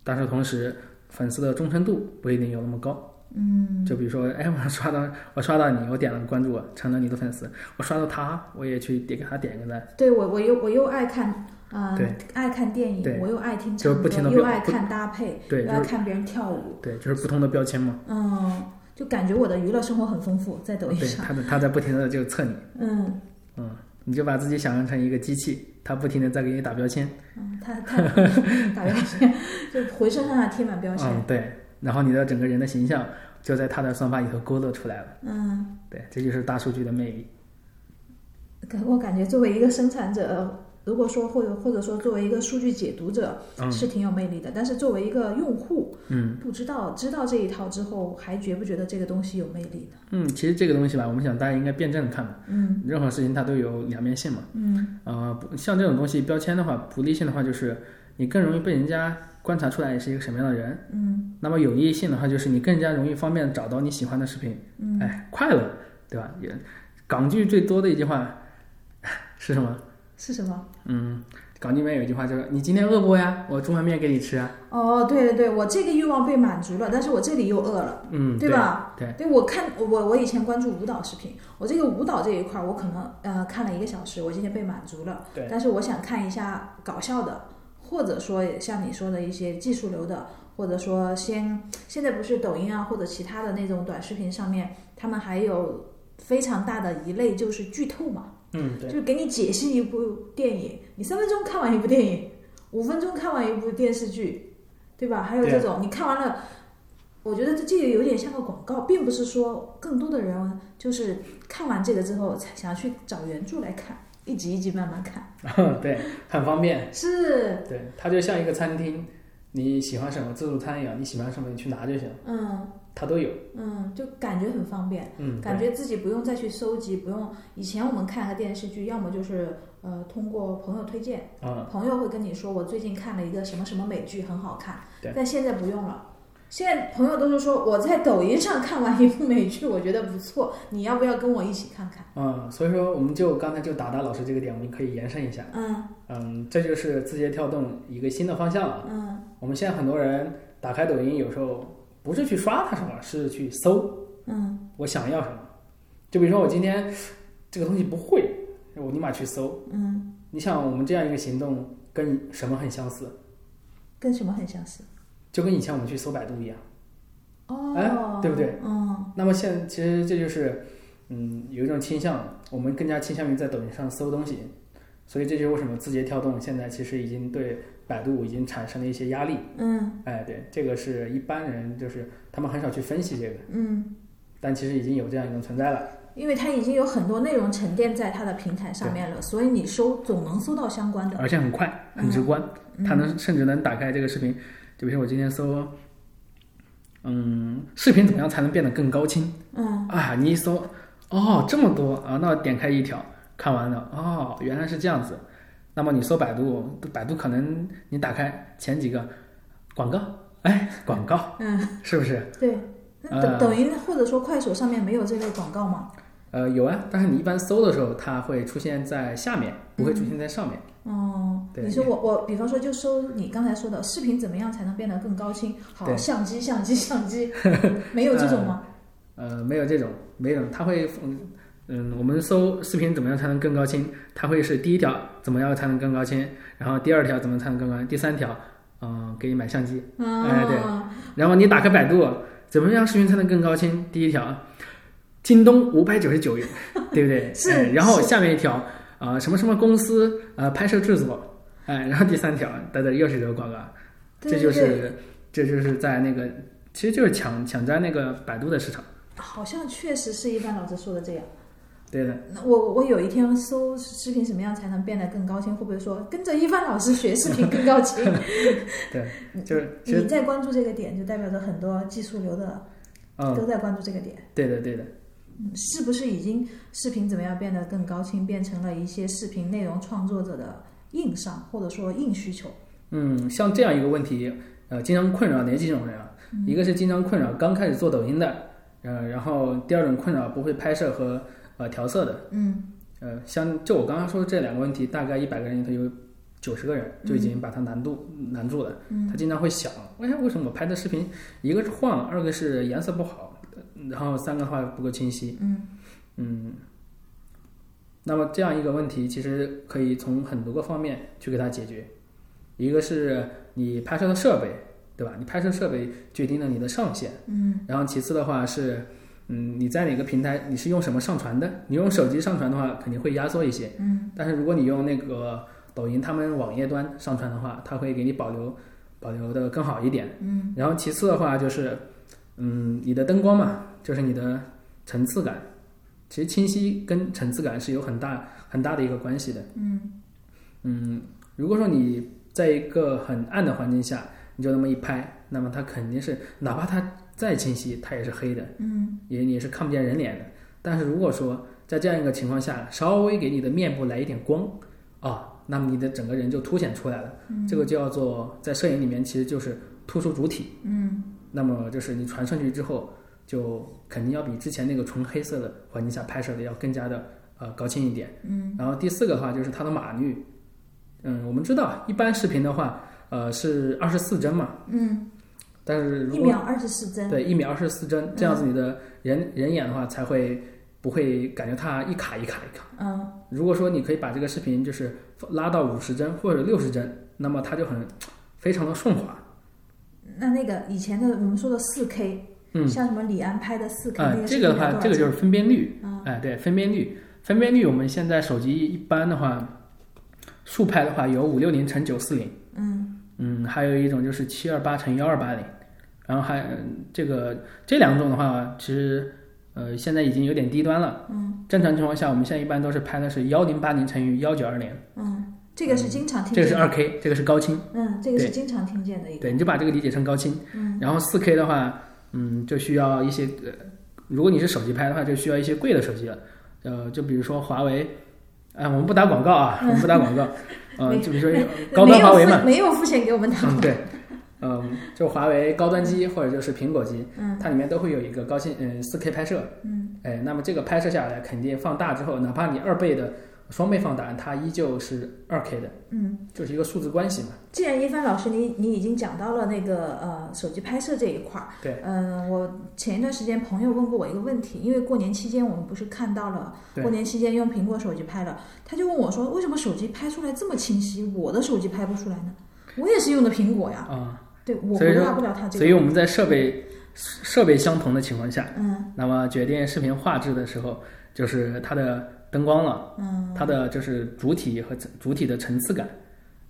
Speaker 2: 但是同时粉丝的忠诚度不一定有那么高。嗯，就比如说，哎，我刷到我刷到你，我点了关注，成了你的粉丝；我刷到他，我也去点给他点个赞，
Speaker 1: 对我我又我又爱看，呃
Speaker 2: 对，
Speaker 1: 爱看电影，
Speaker 2: 对
Speaker 1: 我又爱听
Speaker 2: 就是
Speaker 1: 唱
Speaker 2: 不
Speaker 1: 歌
Speaker 2: 停地，
Speaker 1: 又
Speaker 2: 不
Speaker 1: 爱看搭配，
Speaker 2: 对
Speaker 1: 又
Speaker 2: 就
Speaker 1: 爱
Speaker 2: 是
Speaker 1: 看别人跳舞，
Speaker 2: 对，就是不同的标签 嘛。
Speaker 1: 嗯，就感觉我的娱乐生活很丰富，在抖音
Speaker 2: 对，
Speaker 1: 上，
Speaker 2: 他在他在不停的就测你，
Speaker 1: 嗯
Speaker 2: 嗯，你就把自己想象成一个机器，他不停的在给你打标签，
Speaker 1: 嗯，他 他打标签，就浑身上下贴满标
Speaker 2: 嗯
Speaker 1: 签，，
Speaker 2: 对，然后你的整个人的形象就在他的算法里头勾勒出来了。
Speaker 1: 嗯。
Speaker 2: 对，这就是大数据的魅力。
Speaker 1: 感我感觉作为一个生产者，如果说或者或者说作为一个数据解读者
Speaker 2: 嗯
Speaker 1: 是挺有魅力的，但是作为一个用户，
Speaker 2: 嗯
Speaker 1: 不知道知道这一套之后，还觉不觉得这个东西有魅力呢？
Speaker 2: 嗯，其实这个东西吧，我们想大家应该辩证地看嘛，
Speaker 1: 嗯
Speaker 2: 任何事情它都有两面性嘛。
Speaker 1: 嗯
Speaker 2: 呃，不像这种东西标签的话，不利性的话就是你更容易被人家观察出来你是一个什么样的人。
Speaker 1: 嗯
Speaker 2: 那么有益性的话，就是你更加容易方便找到你喜欢的视频，
Speaker 1: 嗯，
Speaker 2: 哎，快乐，对吧？也港剧最多的一句话 是什么？
Speaker 1: 是什么？
Speaker 2: 嗯，港剧里面有一句话就是“你今天饿不饿呀？我煮碗面给你吃啊。
Speaker 1: 哦，对对对，我这个欲望被满足了，但是我这里又饿了，”
Speaker 2: 嗯，对
Speaker 1: 吧？
Speaker 2: 对，
Speaker 1: 对，我看我我我以前关注舞蹈视频，我这个舞蹈这一块儿，我可能呃看了一个小时，我今天被满足了。
Speaker 2: 对
Speaker 1: 但是我想看一下搞笑的，或者说像你说的一些技术流的，或者说先现在不是抖音啊或者其他的那种短视频上面，他们还有非常大的一类就是剧透嘛，
Speaker 2: 嗯，
Speaker 1: 就是给你解析一部电影，你三分钟看完一部电影，五分钟看完一部电视剧，对吧？还有
Speaker 2: 对啊
Speaker 1: 这种你看完了。我觉得这这个有点像个广告，并不是说更多的人就是看完这个之后才想去找原著来看，一集一集慢慢看。
Speaker 2: 对，对，很方便。
Speaker 1: 是，
Speaker 2: 对，它就像一个餐厅，你喜欢什么自助餐一样，你喜欢什么你去拿就行，
Speaker 1: 嗯
Speaker 2: 它都有。
Speaker 1: 嗯，就感觉很方便，
Speaker 2: 嗯，
Speaker 1: 感
Speaker 2: 对
Speaker 1: 觉自己不用再去搜集，不用以前我们看个电视剧，要么就是呃通过朋友推荐，
Speaker 2: 嗯，
Speaker 1: 朋友会跟你说我最近看了一个什么什么美剧很好看
Speaker 2: 对，
Speaker 1: 但现在不用了。现在朋友都是说我在抖音上看完一部美剧，我觉得不错，你要不要跟我一起看看？
Speaker 2: 嗯，所以说我们就刚才就达达老师这个点，我们可以延伸一下。
Speaker 1: 嗯
Speaker 2: 嗯，这就是字节跳动一个新的方向了。
Speaker 1: 嗯
Speaker 2: 我们现在很多人打开抖音，有时候不是去刷它什么，是去搜
Speaker 1: 嗯
Speaker 2: 我想要什么。就比如说我今天这个东西不会，我立马去搜。
Speaker 1: 嗯，
Speaker 2: 你想我们这样一个行动跟什么很相似？
Speaker 1: 跟什么很相似？
Speaker 2: 就跟以前我们去搜百度一样。
Speaker 1: 哦，
Speaker 2: 哎对不对？
Speaker 1: 嗯
Speaker 2: 那么现其实这就是，嗯，有一种倾向，我们更加倾向于在抖音上搜东西，所以这就是为什么字节跳动现在其实已经对百度已经产生了一些压力。
Speaker 1: 嗯
Speaker 2: 哎，对，这个是一般人就是他们很少去分析这个，
Speaker 1: 嗯。
Speaker 2: 但其实已经有这样一种存在了。
Speaker 1: 因为它已经有很多内容沉淀在它的平台上面了，所以你搜总能搜到相关的。
Speaker 2: 而且很快，很直观，它能甚至能打开这个视频，就比如说我今天搜。嗯，视频怎么样才能变得更高清？
Speaker 1: 嗯
Speaker 2: 啊，你一搜，哦，这么多啊，那我点开一条，看完了，哦，原来是这样子。那么你搜百度，百度可能你打开前几个广告，哎，广告
Speaker 1: 嗯，
Speaker 2: 是不是？
Speaker 1: 对。那抖
Speaker 2: 呃
Speaker 1: 抖音或者说快手上面没有这类广告吗？
Speaker 2: 呃，有啊，但是你一般搜的时候，它会出现在下面，不会出现在上面。
Speaker 1: 哦、
Speaker 2: 对
Speaker 1: 你说我我比方说就搜你刚才说的视频怎么样才能变得更高清？好，
Speaker 2: 对
Speaker 1: 相机相机相 机，没有这种吗？
Speaker 2: 呃，没有这种，没有，它会，嗯嗯，我们搜视频怎么样才能更高清？它会是第一条怎么样才能更高清，然后第二条怎么才能更高清，第三条，嗯、给你买相机，
Speaker 1: 嗯，
Speaker 2: 哎对然后你打开百度，怎么样视频才能更高清？第一条，京东五百九 十九元，对不对？
Speaker 1: 是
Speaker 2: 哎然后
Speaker 1: 是
Speaker 2: 下面一条，呃，什么什么公司，呃，拍摄制作，哎、然后第三条，在这又是一个广告，
Speaker 1: 对
Speaker 2: 这就
Speaker 1: 对对
Speaker 2: 是这就是在那个，其实就是抢抢占那个百度的市场。
Speaker 1: 好像确实是一般老师说的这样。
Speaker 2: 对的，
Speaker 1: 那我我有一天搜视频什么样才能变得更高清，会不会说跟着一帆老师学视频更高清？嗯
Speaker 2: 对，就是 其
Speaker 1: 你
Speaker 2: 实
Speaker 1: 在关注这个点，就代表着很多技术流的
Speaker 2: 嗯，
Speaker 1: 都在关注这个点。
Speaker 2: 对的对的，
Speaker 1: 嗯是不是已经视频怎么样变得更高清，变成了一些视频内容创作者的硬伤，或者说硬需求？
Speaker 2: 嗯，像这样一个问题，呃，经常困扰哪几种人啊？
Speaker 1: 嗯
Speaker 2: 一个是经常困扰刚开始做抖音的，呃，然后第二种困扰不会拍摄和呃调色的，
Speaker 1: 嗯
Speaker 2: 呃，像就我刚刚说的这两个问题，大概一百个人里头有九十个人就已经把它难度、难住了。他经常会想，哎，为什么我拍的视频，一个是晃，二个是颜色不好，然后三个的话不够清晰。
Speaker 1: 嗯
Speaker 2: 嗯，那么这样一个问题，其实可以从很多个方面去给它解决。一个是你拍摄的设备，对吧？你拍摄设备决定了你的上限。
Speaker 1: 嗯
Speaker 2: 然后其次的话是，嗯，你在哪个平台，你是用什么上传的？你用手机上传的话，肯定会压缩一些。
Speaker 1: 嗯
Speaker 2: 但是如果你用那个抖音他们网页端上传的话，它会给你保留保留的更好一点。
Speaker 1: 嗯
Speaker 2: 然后其次的话就是，嗯，你的灯光嘛，就是你的层次感，其实清晰跟层次感是有很大很大的一个关系的。
Speaker 1: 嗯
Speaker 2: 嗯，如果说你在一个很暗的环境下，你就那么一拍，那么它肯定是哪怕它再清晰，它也是黑的。
Speaker 1: 嗯
Speaker 2: 也你是看不见人脸的。但是如果说在这样一个情况下，稍微给你的面部来一点光啊，那么你的整个人就凸显出来了。
Speaker 1: 嗯
Speaker 2: 这个叫做在摄影里面其实就是突出主体。
Speaker 1: 嗯
Speaker 2: 那么就是你传上去之后，就肯定要比之前那个纯黑色的环境下拍摄的要更加的呃高清一点。
Speaker 1: 嗯
Speaker 2: 然后第四个的话就是它的码率，嗯，我们知道一般视频的话，呃是二十四帧嘛，
Speaker 1: 嗯，
Speaker 2: 但是如
Speaker 1: 一
Speaker 2: 果
Speaker 1: 秒二十四帧。
Speaker 2: 对，一米二十四帧，这样
Speaker 1: 嗯
Speaker 2: 子你的人、人眼的话才会不会感觉它一卡一卡一卡。
Speaker 1: 嗯
Speaker 2: 如果说你可以把这个视频就是拉到五十帧或者六十帧，那么它就很非常的顺滑。
Speaker 1: 那那个以前的我们说的四 K，
Speaker 2: 嗯，
Speaker 1: 像什么李安拍的四 K，、
Speaker 2: 啊、
Speaker 1: 那个
Speaker 2: 这
Speaker 1: 是
Speaker 2: 个的
Speaker 1: 多少
Speaker 2: 话，
Speaker 1: 多少
Speaker 2: 这个就是分辨率。
Speaker 1: 帧啊，
Speaker 2: 哎、对，分辨率，分辨率，我们现在手机一般的话，竖拍的话有五六零乘九四零，
Speaker 1: 嗯
Speaker 2: 嗯，还有一种就是七二八乘幺二八零，然后还这个这两种的话，其实呃现在已经有点低端了。
Speaker 1: 嗯
Speaker 2: 正常情况下，我们现在一般都是拍的是幺零八零乘以幺九二零，
Speaker 1: 嗯，这个是经常听
Speaker 2: 这
Speaker 1: 见的，
Speaker 2: 个是二 K，这个是高清，
Speaker 1: 嗯，这个是经常听见的一个，
Speaker 2: 对，你就把这个理解成高清。
Speaker 1: 嗯
Speaker 2: 然后四 K 的话，嗯，就需要一些，呃，如果你是手机拍的话，就需要一些贵的手机了，呃，就比如说华为，啊、我们不打广告啊，我们不打广 告，呃，
Speaker 1: 没
Speaker 2: 就比如说高端
Speaker 1: 没有
Speaker 2: 华为
Speaker 1: 付
Speaker 2: 嘛，
Speaker 1: 没有付钱给我 们打广
Speaker 2: 嗯，
Speaker 1: 告，
Speaker 2: 对，嗯，就华为高端机或者就是苹果机，
Speaker 1: 嗯
Speaker 2: 它里面都会有一个高清，嗯、四 K 拍摄，
Speaker 1: 嗯
Speaker 2: 哎，那么这个拍摄下来，肯定放大之后，哪怕你二倍的双倍放大，它依旧是二 K 的，
Speaker 1: 嗯。
Speaker 2: 就是一个数字关系嘛。
Speaker 1: 既然一帆老师你你已经讲到了那个呃手机拍摄这一块儿，
Speaker 2: 对，
Speaker 1: 嗯、我前一段时间朋友问过我一个问题，因为过年期间我们不是看到了，
Speaker 2: 对
Speaker 1: 过年期间用苹果手机拍了，他就问我说，为什么手机拍出来这么清晰，我的手机拍不出来呢？我也是用的苹果呀，
Speaker 2: 啊、
Speaker 1: 对我
Speaker 2: 所以
Speaker 1: 回
Speaker 2: 说
Speaker 1: 答不了啊他这
Speaker 2: 所
Speaker 1: 个，
Speaker 2: 以我们在设备设备相同的情况下，
Speaker 1: 嗯
Speaker 2: 那么决定视频画质的时候，就是它的灯光了，
Speaker 1: 嗯
Speaker 2: 它的就是主体和层主体的层次感，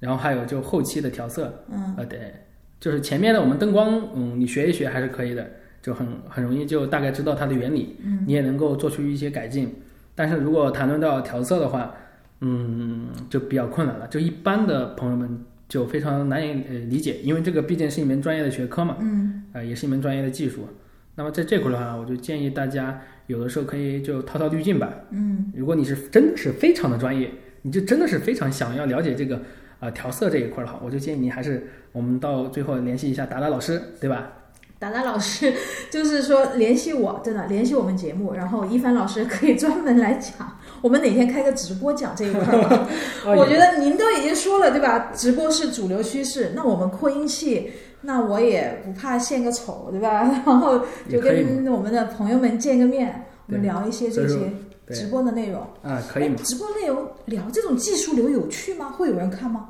Speaker 2: 然后还有就后期的调色，
Speaker 1: 嗯
Speaker 2: 呃，对，就是前面的我们灯光，嗯，你学一学还是可以的，就很很容易就大概知道它的原理，
Speaker 1: 嗯，
Speaker 2: 你也能够做出一些改进。但是如果谈论到调色的话，嗯，就比较困难了，就一般的朋友们就非常难以呃理解，因为这个毕竟是一门专业的学科嘛，
Speaker 1: 嗯
Speaker 2: 呃，也是一门专业的技术。那么在这块儿的话，我就建议大家有的时候可以就套套滤镜吧。
Speaker 1: 嗯
Speaker 2: 如果你是真的是非常的专业，你就真的是非常想要了解这个呃调色这一块儿的话，我就建议你还是我们到最后联系一下达达老师，对吧？
Speaker 1: 达达老师就是说联系我，真的联系我们节目，然后一帆老师可以专门来讲，我们哪天开个直播讲这一块儿吧。我
Speaker 2: 啊
Speaker 1: 觉得您都已经说了，对吧？直播是主流趋势，那我们扩音器，那我也不怕献个丑，对吧？ 然后
Speaker 2: 也
Speaker 1: 就
Speaker 2: 可以嘛，
Speaker 1: 跟我们的朋友们见个面，我们
Speaker 2: 对
Speaker 1: 聊一些这
Speaker 2: 所以
Speaker 1: 些
Speaker 2: 对
Speaker 1: 直播的内容。
Speaker 2: 啊，可以
Speaker 1: 哎
Speaker 2: 嘛，
Speaker 1: 直播内容聊这种技术流有趣吗？会有人看吗？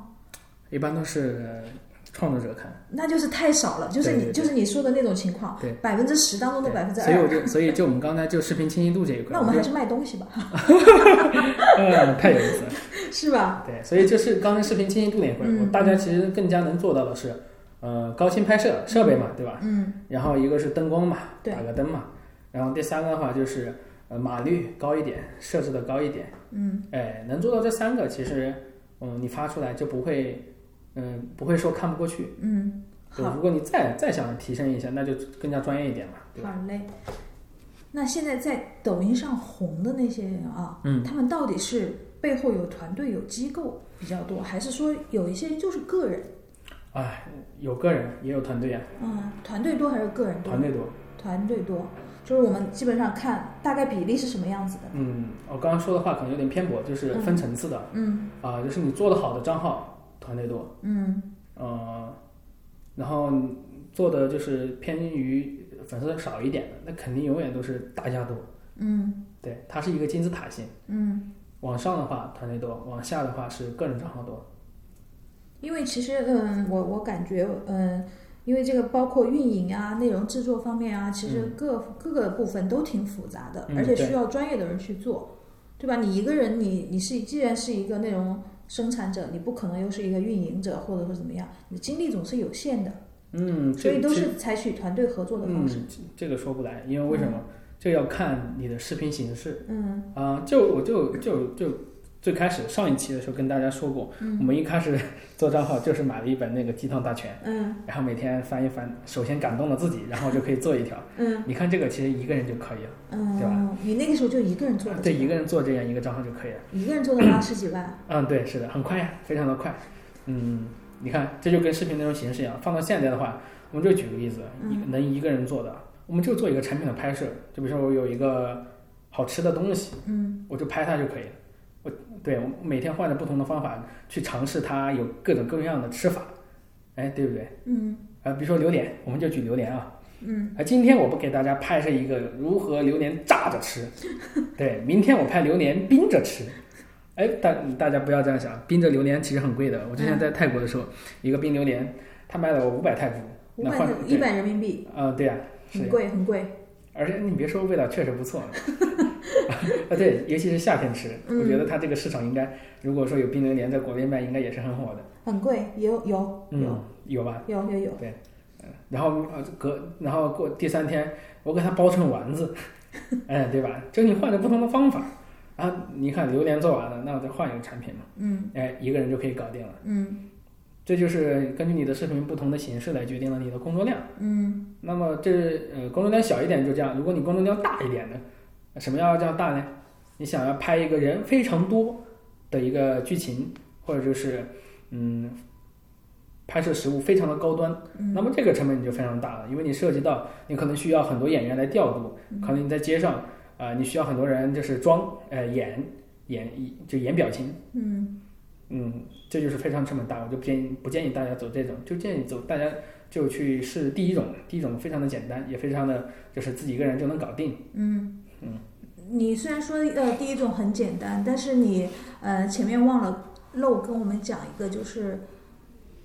Speaker 2: 一般都是呃创作者看。
Speaker 1: 那就是太少了，就是
Speaker 2: 对
Speaker 1: 你
Speaker 2: 对对
Speaker 1: 就是你说的那种情况
Speaker 2: 对，
Speaker 1: 百分之十当中的
Speaker 2: 对
Speaker 1: 百分之
Speaker 2: 所以我
Speaker 1: 二。
Speaker 2: 就，所以就我们刚才就视频清晰度这一块，
Speaker 1: 那我们还
Speaker 2: 觉
Speaker 1: 是卖东西吧，
Speaker 2: 得呃太有意思了。
Speaker 1: 是吧？
Speaker 2: 对，所以就是刚才视频清晰度那一块儿，
Speaker 1: 嗯
Speaker 2: 我大家其实更加能做到的是，呃，高清拍摄设备嘛，对吧？
Speaker 1: 嗯
Speaker 2: 然后一个是灯光嘛，
Speaker 1: 对
Speaker 2: 打个灯嘛，然后第三个的话就是呃码率高一点，设置的高一点，嗯，哎，能做到这三个，其实嗯你发出来就不会嗯不会说看不过去，
Speaker 1: 嗯，
Speaker 2: 对
Speaker 1: 好，
Speaker 2: 如果你再再想提升一下，那就更加专业一点嘛，对吧？
Speaker 1: 好嘞。那现在在抖音上红的那些人啊，
Speaker 2: 嗯，
Speaker 1: 他们到底是背后有团队、有机构比较多，还是说有一些人就是个人？
Speaker 2: 哎，有个人也有团队呀、
Speaker 1: 嗯，团队多还是个人多？
Speaker 2: 团队多。
Speaker 1: 团队多，就是我们基本上看大概比例是什么样子的。
Speaker 2: 嗯，我刚刚说的话可能有点偏颇，就是分层次的啊、
Speaker 1: 嗯
Speaker 2: 就是你做的好的账号团队多，
Speaker 1: 嗯
Speaker 2: 呃，然后你做的就是偏于粉丝少一点的，那肯定永远都是大家多。
Speaker 1: 嗯
Speaker 2: 对，它是一个金字塔型，
Speaker 1: 嗯，
Speaker 2: 往上的话团队多，往下的话是个人账号多。
Speaker 1: 因为其实嗯，我我感觉嗯。因为这个包括运营啊、内容制作方面啊，其实各、各个部分都挺复杂的，
Speaker 2: 嗯
Speaker 1: 而且
Speaker 2: 对
Speaker 1: 需要专业的人去做，对吧？你一个人，你你是既然是一个内容生产者，你不可能又是一个运营者，或者说怎么样，你的精力总是有限的，
Speaker 2: 嗯，
Speaker 1: 所以
Speaker 2: 这
Speaker 1: 都
Speaker 2: 这
Speaker 1: 是采取团队合作的方式。
Speaker 2: 嗯，这个说不来，因为为什么？这要看你的视频形式
Speaker 1: 嗯
Speaker 2: 啊、就我就就就最开始上一期的时候跟大家说过，我们一开始 做账号就是买了一本那个鸡汤大全。
Speaker 1: 嗯
Speaker 2: 然后每天翻一翻，首先感动了自己，然后就可以做一条。
Speaker 1: 嗯
Speaker 2: 你看这个其实一个人就可以了，对
Speaker 1: 嗯，你那个时候就一个人做的，
Speaker 2: 对，一个人做这样一个账号就可以了。
Speaker 1: 一个人做的话十几万，
Speaker 2: 嗯，对，是的，很快呀，非常的快。嗯，你看这就跟视频内容形式一样，放到现在的话，我们就举个例子，一能一个人做的，我们就做一个产品的拍摄，就比如说我有一个好吃的东西，
Speaker 1: 嗯
Speaker 2: 我就拍它就可以了。我对我每天换着不同的方法去尝试它，有各种各样的吃法，哎，对不对？
Speaker 1: 嗯
Speaker 2: 啊，比如说榴莲，我们就举榴莲啊，
Speaker 1: 嗯
Speaker 2: 啊，今天我不给大家拍摄一个如何榴莲炸着 吃，对，明天我拍榴莲冰着吃。哎，大大家不要这样想，冰着榴莲其实很贵的。我之
Speaker 1: 嗯
Speaker 2: 前在泰国的时候，一个冰榴莲，他卖了我五百泰铢，
Speaker 1: 五
Speaker 2: 那
Speaker 1: 百
Speaker 2: 换
Speaker 1: 一嗯
Speaker 2: 对，
Speaker 1: 百人民币，
Speaker 2: 啊，对呀、是
Speaker 1: 很
Speaker 2: 呀，
Speaker 1: 贵很贵。
Speaker 2: 而且你别说，味道确实不错。啊，对，尤其是夏天吃，我觉得它这个市场应该，如果说有冰榴莲在国内卖，应该也是很火的。
Speaker 1: 很贵，有有有
Speaker 2: 嗯，有吧？
Speaker 1: 有有有，
Speaker 2: 然后呃隔，然后过第三天，我给它包成丸子，哎，对吧？就你换着不同的方法，然后你看榴莲做完了，那我再换一个产品嘛，
Speaker 1: 嗯
Speaker 2: 哎，一个人就可以搞定了。
Speaker 1: 嗯
Speaker 2: 这就是根据你的视频不同的形式来决定了你的工作量。
Speaker 1: 嗯
Speaker 2: 那么这呃工作量小一点就这样，如果你工作量大一点的，什么样叫大呢？你想要拍一个人非常多的一个剧情，或者就是嗯拍摄实物非常的高端，
Speaker 1: 嗯
Speaker 2: 那么这个成本你就非常大了，因为你涉及到你可能需要很多演员来调度，可能你在街上啊、呃你需要很多人就是装呃演演就演表情，
Speaker 1: 嗯，
Speaker 2: 嗯，这就是非常成本大，我就不建议不建议大家走这种，就建议走大家就去试第一种，第一种非常的简单，也非常的就是自己一个人就能搞定。
Speaker 1: 嗯你虽然说呃第一种很简单，但是你呃前面忘了漏跟我们讲一个，就是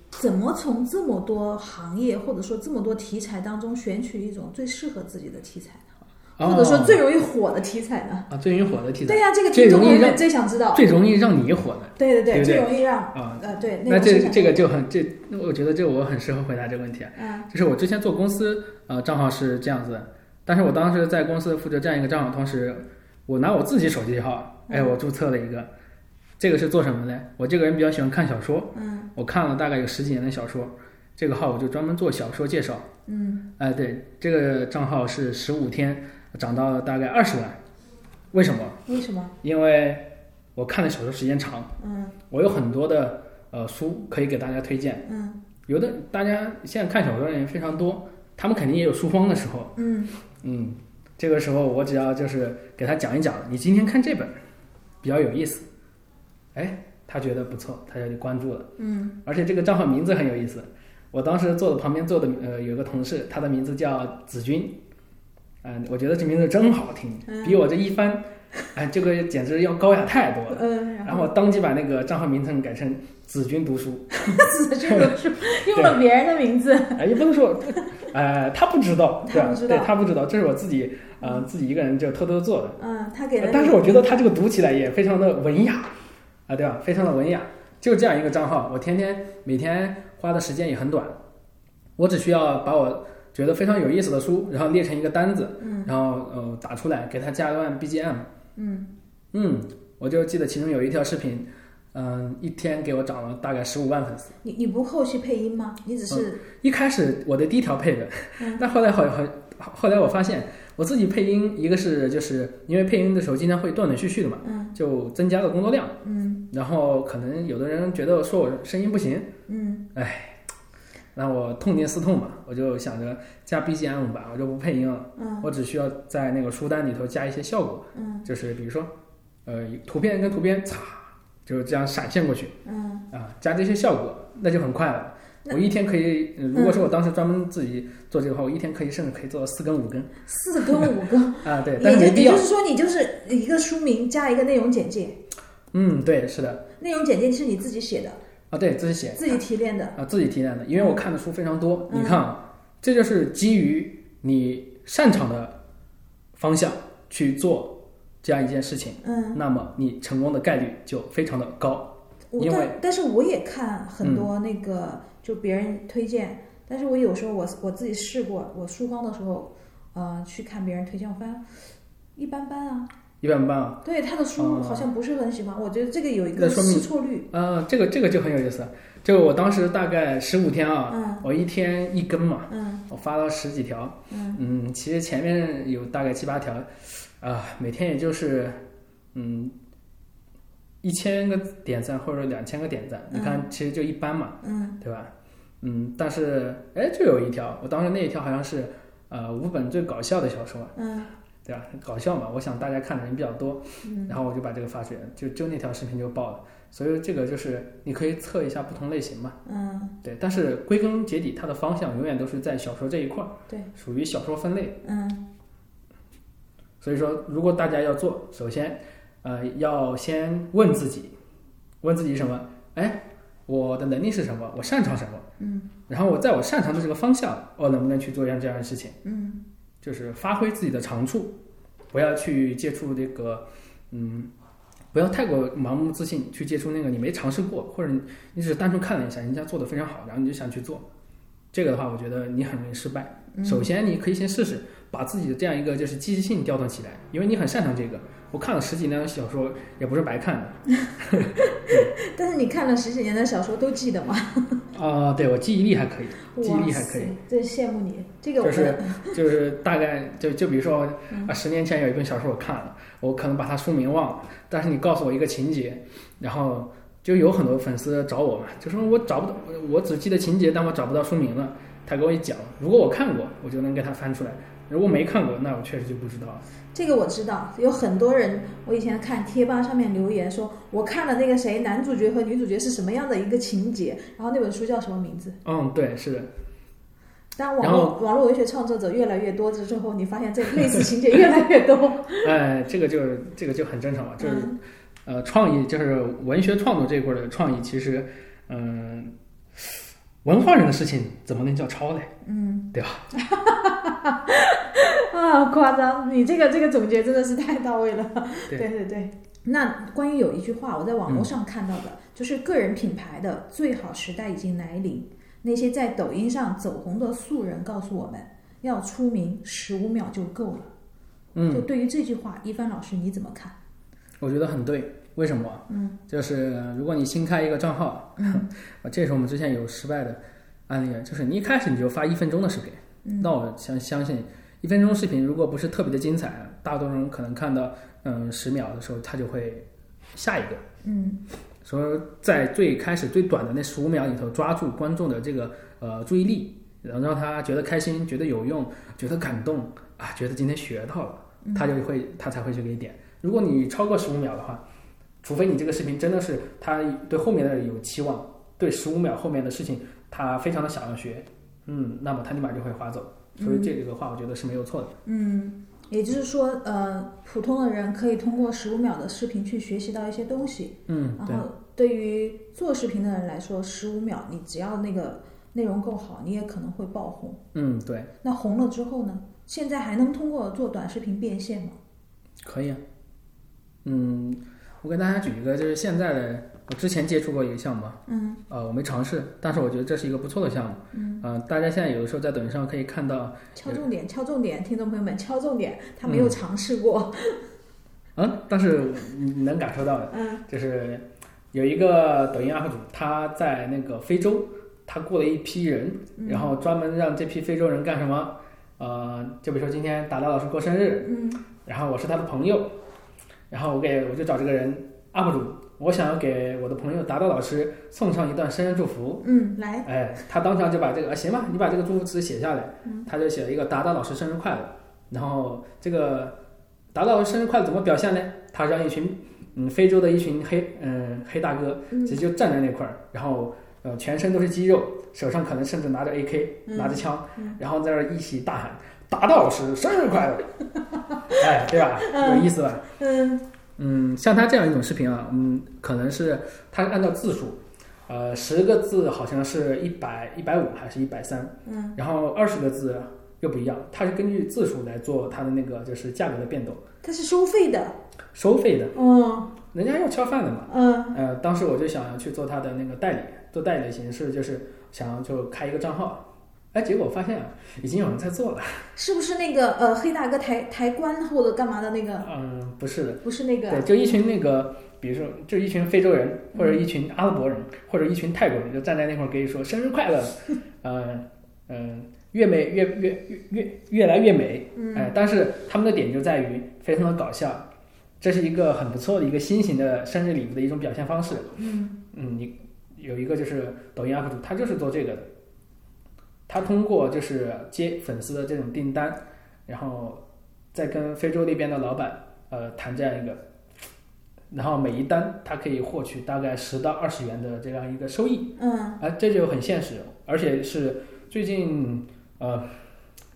Speaker 1: 怎么从这么多行业或者说这么多题材当中选取一种最适合自己的题材呢？或者说最容易火的题材呢？
Speaker 2: 哦啊最容易哦火的题材
Speaker 1: 对，呀、这个
Speaker 2: 最
Speaker 1: 听众
Speaker 2: 容易
Speaker 1: 朋友们
Speaker 2: 让
Speaker 1: 最想知道。
Speaker 2: 最容易让你火的
Speaker 1: 对对
Speaker 2: 对不
Speaker 1: 最
Speaker 2: 对
Speaker 1: 容易让
Speaker 2: 啊，
Speaker 1: 呃对
Speaker 2: 那
Speaker 1: 个
Speaker 2: 这
Speaker 1: 生产
Speaker 2: 这个就很这，我觉得这我很适合回答这个问题啊。
Speaker 1: 嗯
Speaker 2: 就是我之前做公司呃账号是这样子的，但是我当时在公司负责这样一个账号，同时我拿我自己手机号，哎，我注册了一个，这个是做什么呢？我这个人比较喜欢看小说，
Speaker 1: 嗯
Speaker 2: 我看了大概有十几年的小说，这个号我就专门做小说介绍。
Speaker 1: 嗯
Speaker 2: 哎、对，这个账号是十五天涨到了大概二十万，为什么？
Speaker 1: 为什么？
Speaker 2: 因为我看的小说时间长，
Speaker 1: 嗯
Speaker 2: 我有很多的呃书可以给大家推荐。
Speaker 1: 嗯
Speaker 2: 有的大家现在看小说的人非常多，他们肯定也有书荒的时候。
Speaker 1: 嗯
Speaker 2: 嗯，这个时候我只要就是给他讲一讲，你今天看这本比较有意思，哎，他觉得不错，他就关注了。
Speaker 1: 嗯
Speaker 2: 而且这个账号名字很有意思，我当时坐的旁边坐的呃有个同事，他的名字叫子君，嗯、我觉得这名字真好听，比我这一翻，哎、这个简直要高雅太多了。
Speaker 1: 嗯，然
Speaker 2: 然
Speaker 1: 后
Speaker 2: 后当即把那个账号名称改成子君读书。
Speaker 1: 自己用书用了别人的名字，
Speaker 2: 哎，也不能说，呃，他不知道，对
Speaker 1: 他
Speaker 2: 吧
Speaker 1: 不知道
Speaker 2: 对他不知道，这是我自己，呃，自己一个人就偷偷做的。
Speaker 1: 嗯，他给了
Speaker 2: 呃
Speaker 1: 你，
Speaker 2: 但是我觉得他这个读起来也非常的文雅，啊，对吧？非常的文雅。就这样一个账号，我天天每天花的时间也很短，我只需要把我觉得非常有意思的书，然后列成一个单子，
Speaker 1: 嗯
Speaker 2: 然后呃打出来，给它加一段 BGM，嗯我就记得其中有一条视频，嗯、一天给我涨了大概十五万粉丝。
Speaker 1: 你你不后期配音吗？你只是
Speaker 2: 一开始我的第一条配的，
Speaker 1: 嗯
Speaker 2: 但后来好好后来我发现我自己配音，一个是就是因为配音的时候经常会断断续续的嘛，就增加了工作量，嗯，然后可能有的人觉得说我声音不行，嗯，哎。那我痛定思痛嘛，我就想着加 BGM 吧，我就不配音了，嗯，我只需要在那个书单里头加一些效果，嗯，就是比如说，呃，图片跟图片擦，就是这样闪现过去，嗯，啊，加这些效果，那就很快了。我一天可以，呃如果说我当时专门自己做这个话，我一天可以甚至可以做到四根五根
Speaker 1: 四跟五个，
Speaker 2: 啊，对，但
Speaker 1: 也就
Speaker 2: 是没必
Speaker 1: 也
Speaker 2: 要
Speaker 1: 就。是说你就是一个书名加一个内容简介，
Speaker 2: 嗯，对，是的，
Speaker 1: 内容简介是你自己写的，
Speaker 2: 啊，对，自己写
Speaker 1: 自己提炼的，
Speaker 2: 啊，自己提炼的，因为我看的书非常多。你看啊，这就是基于你擅长的方向去做这样一件事情，
Speaker 1: 嗯。
Speaker 2: 那么你成功的概率就非常的高。
Speaker 1: 我
Speaker 2: 因为
Speaker 1: 但但是我也看很多那个、就别人推荐，但是我有时候我我自己试过，我书荒的时候，呃，去看别人推荐，我发现一般般啊。
Speaker 2: 一般般啊，
Speaker 1: 对他的书好像不是很喜欢，我觉得这个有一个
Speaker 2: 那说明
Speaker 1: 试错率。
Speaker 2: 啊，这个这个就很有意思。就我当时大概十五天啊，
Speaker 1: 嗯
Speaker 2: 我一天一根嘛，
Speaker 1: 嗯
Speaker 2: 我发了十几条，
Speaker 1: 嗯
Speaker 2: 其实前面有大概七八条，啊、每天也就是嗯一千个点赞或者两千个点赞，
Speaker 1: 嗯
Speaker 2: 你看其实就一般嘛，
Speaker 1: 嗯
Speaker 2: 对吧？嗯，但是哎，就有一条，我当时那一条好像是呃五本最搞笑的小说，
Speaker 1: 嗯
Speaker 2: 对吧？搞笑嘛，我想大家看的人比较多，然后我就把这个发出来，就就那条视频就爆了。所以这个就是你可以测一下不同类型嘛，
Speaker 1: 嗯，
Speaker 2: 对。但是归根结底，它的方向永远都是在小说这一块儿，
Speaker 1: 对，
Speaker 2: 属于小说分类。
Speaker 1: 嗯
Speaker 2: 所以说，如果大家要做，首先，呃，要先问自己，问自己什么？哎，我的能力是什么？我擅长什么？
Speaker 1: 嗯
Speaker 2: 然后我在我擅长的这个方向，我能不能去做一样这样的事情？
Speaker 1: 嗯
Speaker 2: 就是发挥自己的长处，不要去接触这个，嗯，不要太过盲目自信，去接触那个你没尝试过，或者你你只是单纯看了一下人家做的非常好，然后你就想去做。这个的话，我觉得你很容易失败。
Speaker 1: 嗯
Speaker 2: 首先，你可以先试试，把自己的这样一个就是积极性调动起来，因为你很擅长这个。我看了十几年的小说，也不是白看的
Speaker 1: 但是你看了十几年的小说都记得吗？
Speaker 2: 啊、对我记忆力还可以， 记忆力还可以。
Speaker 1: 哇塞，真羡慕你。这个我
Speaker 2: 就是 就是大概就就比如说啊，十年前有一本小说我看了，我可能把它书名忘了，但是你告诉我一个情节，然后就有很多粉丝找我嘛，就说我找不到，我只记得情节，但我找不到书名了。他给我一讲，如果我看过，我就能给他翻出来；如果没看过，那我确实就不知道了。
Speaker 1: 这个我知道，有很多人，我以前看贴吧上面留言说，我看了那个谁，男主角和女主角是什么样的一个情节，然后那本书叫什么名字？
Speaker 2: 嗯，对，是的，
Speaker 1: 当网
Speaker 2: 然
Speaker 1: 络网络文学创作者越来越多之后，你发现这类似情节越来越多。
Speaker 2: 哎，这个就是这个就很正常嘛，就是
Speaker 1: 嗯
Speaker 2: 呃，创意就是文学创作这一块的创意，其实嗯、文化人的事情怎么能叫抄嘞？
Speaker 1: 嗯，
Speaker 2: 对吧？
Speaker 1: 啊，夸张！你这个这个总结真的是太到 位了。
Speaker 2: 对嗯
Speaker 1: 对对对。那关于有一句话，我在网络上看到的，就是个人品牌的最好时代已经来临。那些在抖音上走红的素人告诉我们，要出名十五秒就够了。
Speaker 2: 嗯，
Speaker 1: 就对于这句话，一帆老师你怎么看？
Speaker 2: 我觉得很对，为什么啊？
Speaker 1: 嗯
Speaker 2: 就是如果你新开一个账号， 啊，这是我们之前有失败的案例，啊就是你一开始你就发一分钟的视频，
Speaker 1: 嗯
Speaker 2: 那我相相信一分钟视频如果不是特别的精彩，啊大多数人可能看到嗯十秒的时候，他就会下一个。
Speaker 1: 嗯
Speaker 2: 所以说在最开始最短的那十五秒里头，抓住观众的这个呃注意力，然后让他觉得开心，觉得有用，觉得感动啊，觉得今天学到了，
Speaker 1: 嗯
Speaker 2: 他就会他才会去给你点。如果你超过十五秒的话，除非你这个视频真的是他对后面的有期望，对十五秒后面的事情他非常的想要学，嗯，那么他立马就会划走。所以这个话我觉得是没有错的。
Speaker 1: 嗯，也就是说，呃，普通的人可以通过十五秒的视频去学习到一些东西。
Speaker 2: 嗯，对
Speaker 1: 然。后对于做视频的人来说，十五秒你只要那个内容够好，你也可能会爆红。
Speaker 2: 嗯，对，
Speaker 1: 那红了之后呢？现在还能通过做短视频变现吗？
Speaker 2: 可以啊。嗯，我给大家举一个，就是现在的我之前接触过一个项目，
Speaker 1: 嗯
Speaker 2: 呃，我没尝试，但是我觉得这是一个不错的项目。
Speaker 1: 嗯，
Speaker 2: 呃，大家现在有的时候在抖音上可以看到，
Speaker 1: 敲重点，敲重点，听众朋友们敲重点，他没有尝试过，
Speaker 2: 嗯，但是你你能感受到的，
Speaker 1: 嗯
Speaker 2: 就是有一个抖音 UP 主，他在那个非洲，他雇了一批人，然后专门让这批非洲人干什么？呃，就比如说今天达达老师过生日，
Speaker 1: 嗯
Speaker 2: 然后我是他的朋友，然后我给我就找这个人 UP 主，我想要给我的朋友达达老师送上一段生日祝福。
Speaker 1: 嗯，来，
Speaker 2: 哎，他当场就把这个、啊、行吧，你把这个祝福词写下来，
Speaker 1: 嗯
Speaker 2: 他就写了一个达达老师生日快乐。然后这个达达老师生日快乐怎么表现呢？他让一群嗯非洲的一群黑嗯黑大哥
Speaker 1: 嗯
Speaker 2: 直接就站在那块儿，然后呃全身都是肌肉，手上可能甚至拿着 AK
Speaker 1: 嗯
Speaker 2: 拿着枪
Speaker 1: 嗯，
Speaker 2: 然后在那儿一起大喊达达老师生日快乐， 哎，对吧？有意思吧？
Speaker 1: 嗯
Speaker 2: 嗯，像他这样一种视频啊，嗯，可能是他按照字数，呃，十个字好像是一百一百五还是一百三，
Speaker 1: 嗯
Speaker 2: 然后二十个字又不一样，它是根据字数来做它的那个就是价格的变动，
Speaker 1: 它是收费的，
Speaker 2: 收费的，
Speaker 1: 嗯
Speaker 2: 人家要吃饭的嘛。
Speaker 1: 嗯
Speaker 2: 呃，当时我就想要去做他的那个代理，做代理的形式就是想要就开一个账号，哎，结果发现啊，已经有人在做了，
Speaker 1: 是不是那个呃黑大哥抬抬棺或者干嘛的那个？
Speaker 2: 嗯，不是的，
Speaker 1: 不是那个嗯
Speaker 2: 对，就一群那个，比如说，就一群非洲人，或者一群阿拉伯人，或者一群泰国人，就站在那块儿给你说生日快乐， 嗯嗯，越美越越越越越来越美，
Speaker 1: 嗯
Speaker 2: 哎，但是他们的点就在于非常的搞笑，这是一个很不错的一个新型的生日礼物的一种表现方式。
Speaker 1: 嗯
Speaker 2: 嗯，你有一个就是抖音 UP 主，他就是做这个的，他通过就是接粉丝的这种订单，然后再跟非洲那边的老板呃谈这样一个，然后每一单他可以获取大概十到二十元的这样一个收益，
Speaker 1: 嗯
Speaker 2: 啊，这就很现实，而且是最近呃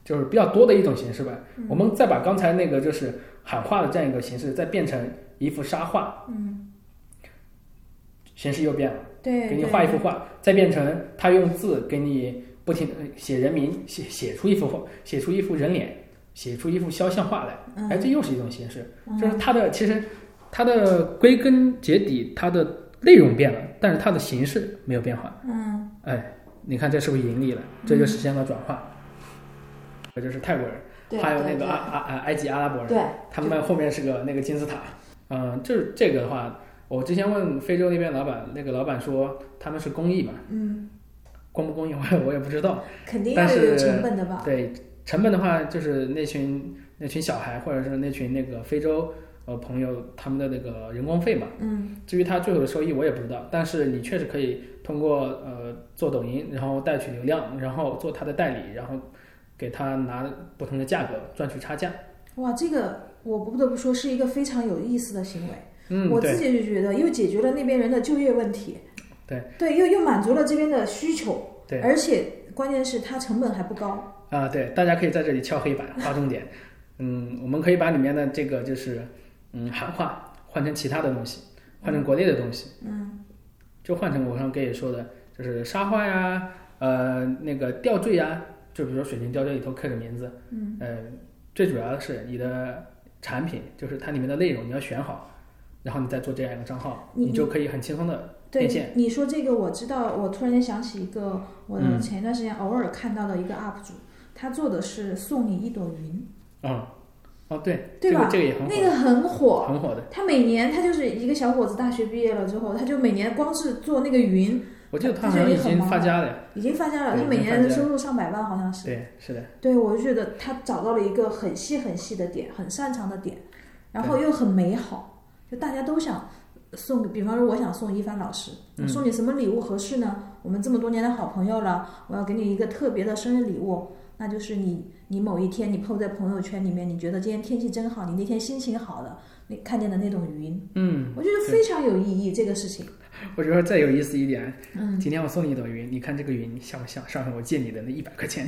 Speaker 2: 就是比较多的一种形式吧。我们再把刚才那个就是喊话的这样一个形式，再变成一幅沙画，
Speaker 1: 嗯，
Speaker 2: 形式又变了。
Speaker 1: 对，
Speaker 2: 给你
Speaker 1: 对
Speaker 2: 画一幅，画，再变成他用字给你不停呃写人名，写写出一幅画，写出一幅人脸，写出一幅肖像画来。
Speaker 1: 嗯
Speaker 2: 哎，这又是一种形式，
Speaker 1: 嗯
Speaker 2: 就是它的其实它的归根结底，它的内容变了，但是它的形式没有变化。
Speaker 1: 嗯
Speaker 2: 哎，你看这是不是盈利了？这就实现了转化。这就是泰国人，
Speaker 1: 对，
Speaker 2: 还有
Speaker 1: 对
Speaker 2: 那个啊阿阿阿埃及阿拉伯人
Speaker 1: 对，，对
Speaker 2: 他们后面是个那个金字塔。嗯，就是这个的话，我之前问非洲那边老板，那个老板说他们是公益嘛，
Speaker 1: 嗯，
Speaker 2: 公不公益 我也我也不知道。
Speaker 1: 肯定
Speaker 2: 但
Speaker 1: 要有
Speaker 2: 是
Speaker 1: 成本的吧？
Speaker 2: 对，成本的话就是那群那群小孩或者是那群那个非洲呃朋友他们的那个人工费嘛。
Speaker 1: 嗯
Speaker 2: 至于他最后的收益我也不知道，但是你确实可以通过呃做抖音，然后带取流量，然后做他的代理，然后给他拿不同的价格赚取差价。
Speaker 1: 哇，这个我不得不说是一个非常有意思的行为。
Speaker 2: 嗯，
Speaker 1: 我
Speaker 2: 对
Speaker 1: 自己就觉得又解决了那边人的就业问题，
Speaker 2: 对
Speaker 1: 对，又又满足了这边的需求，
Speaker 2: 对
Speaker 1: 而且关键是它成本还不高。
Speaker 2: 啊、对，大家可以在这里敲黑板，划重点。嗯，我们可以把里面的这个就是嗯喊话换成其他的东西，换成国内的东西。
Speaker 1: 嗯
Speaker 2: 就换成我刚刚跟你说的，就是沙画呀，呃，那个吊坠呀，就比如说水晶吊坠里头刻着名字，
Speaker 1: 嗯
Speaker 2: 呃，最主要的是你的产品，就是它里面的内容你要选好，然后你再做这样一个账号，
Speaker 1: 你
Speaker 2: 你就可以很轻松的变现。
Speaker 1: 对，你说这个我知道，我突然间想起一个，我
Speaker 2: 嗯
Speaker 1: 前一段时间偶尔看到的一个 UP 主，他做的是送你一朵云，
Speaker 2: 嗯，哦对，
Speaker 1: 对
Speaker 2: 这
Speaker 1: 吧
Speaker 2: 个这个也很火，
Speaker 1: 那个很火，
Speaker 2: 很火的。
Speaker 1: 他每年他就是一个小伙子，大学毕业了之后，他就每年光是做那个云，
Speaker 2: 我记得他
Speaker 1: 这个
Speaker 2: 好像
Speaker 1: 也
Speaker 2: 已
Speaker 1: 很啊
Speaker 2: 经
Speaker 1: 忙
Speaker 2: 发家了，
Speaker 1: 已经发家了，
Speaker 2: 对
Speaker 1: 他每
Speaker 2: 已
Speaker 1: 年
Speaker 2: 经
Speaker 1: 的
Speaker 2: 发家
Speaker 1: 收入上百万，好像是。
Speaker 2: 对，是的，
Speaker 1: 对，我就觉得他找到了一个很细很细的点，很擅长的点，然后又很美好，就大家都想送给，比方说我想送一帆老师，
Speaker 2: 嗯
Speaker 1: 送你什么礼物合适呢？我们这么多年的好朋友了，我要给你一个特别的生日礼物，那就是你你某一天你 PO 在朋友圈里面，你觉得今天天气真好，你那天心情好了，你看见的那种云，
Speaker 2: 嗯，
Speaker 1: 我觉得非常有意义这个事情。
Speaker 2: 我觉得再有意思一点，
Speaker 1: 嗯，
Speaker 2: 今天我送你一朵云，你看这个云像不像上回我借你的那一百块钱？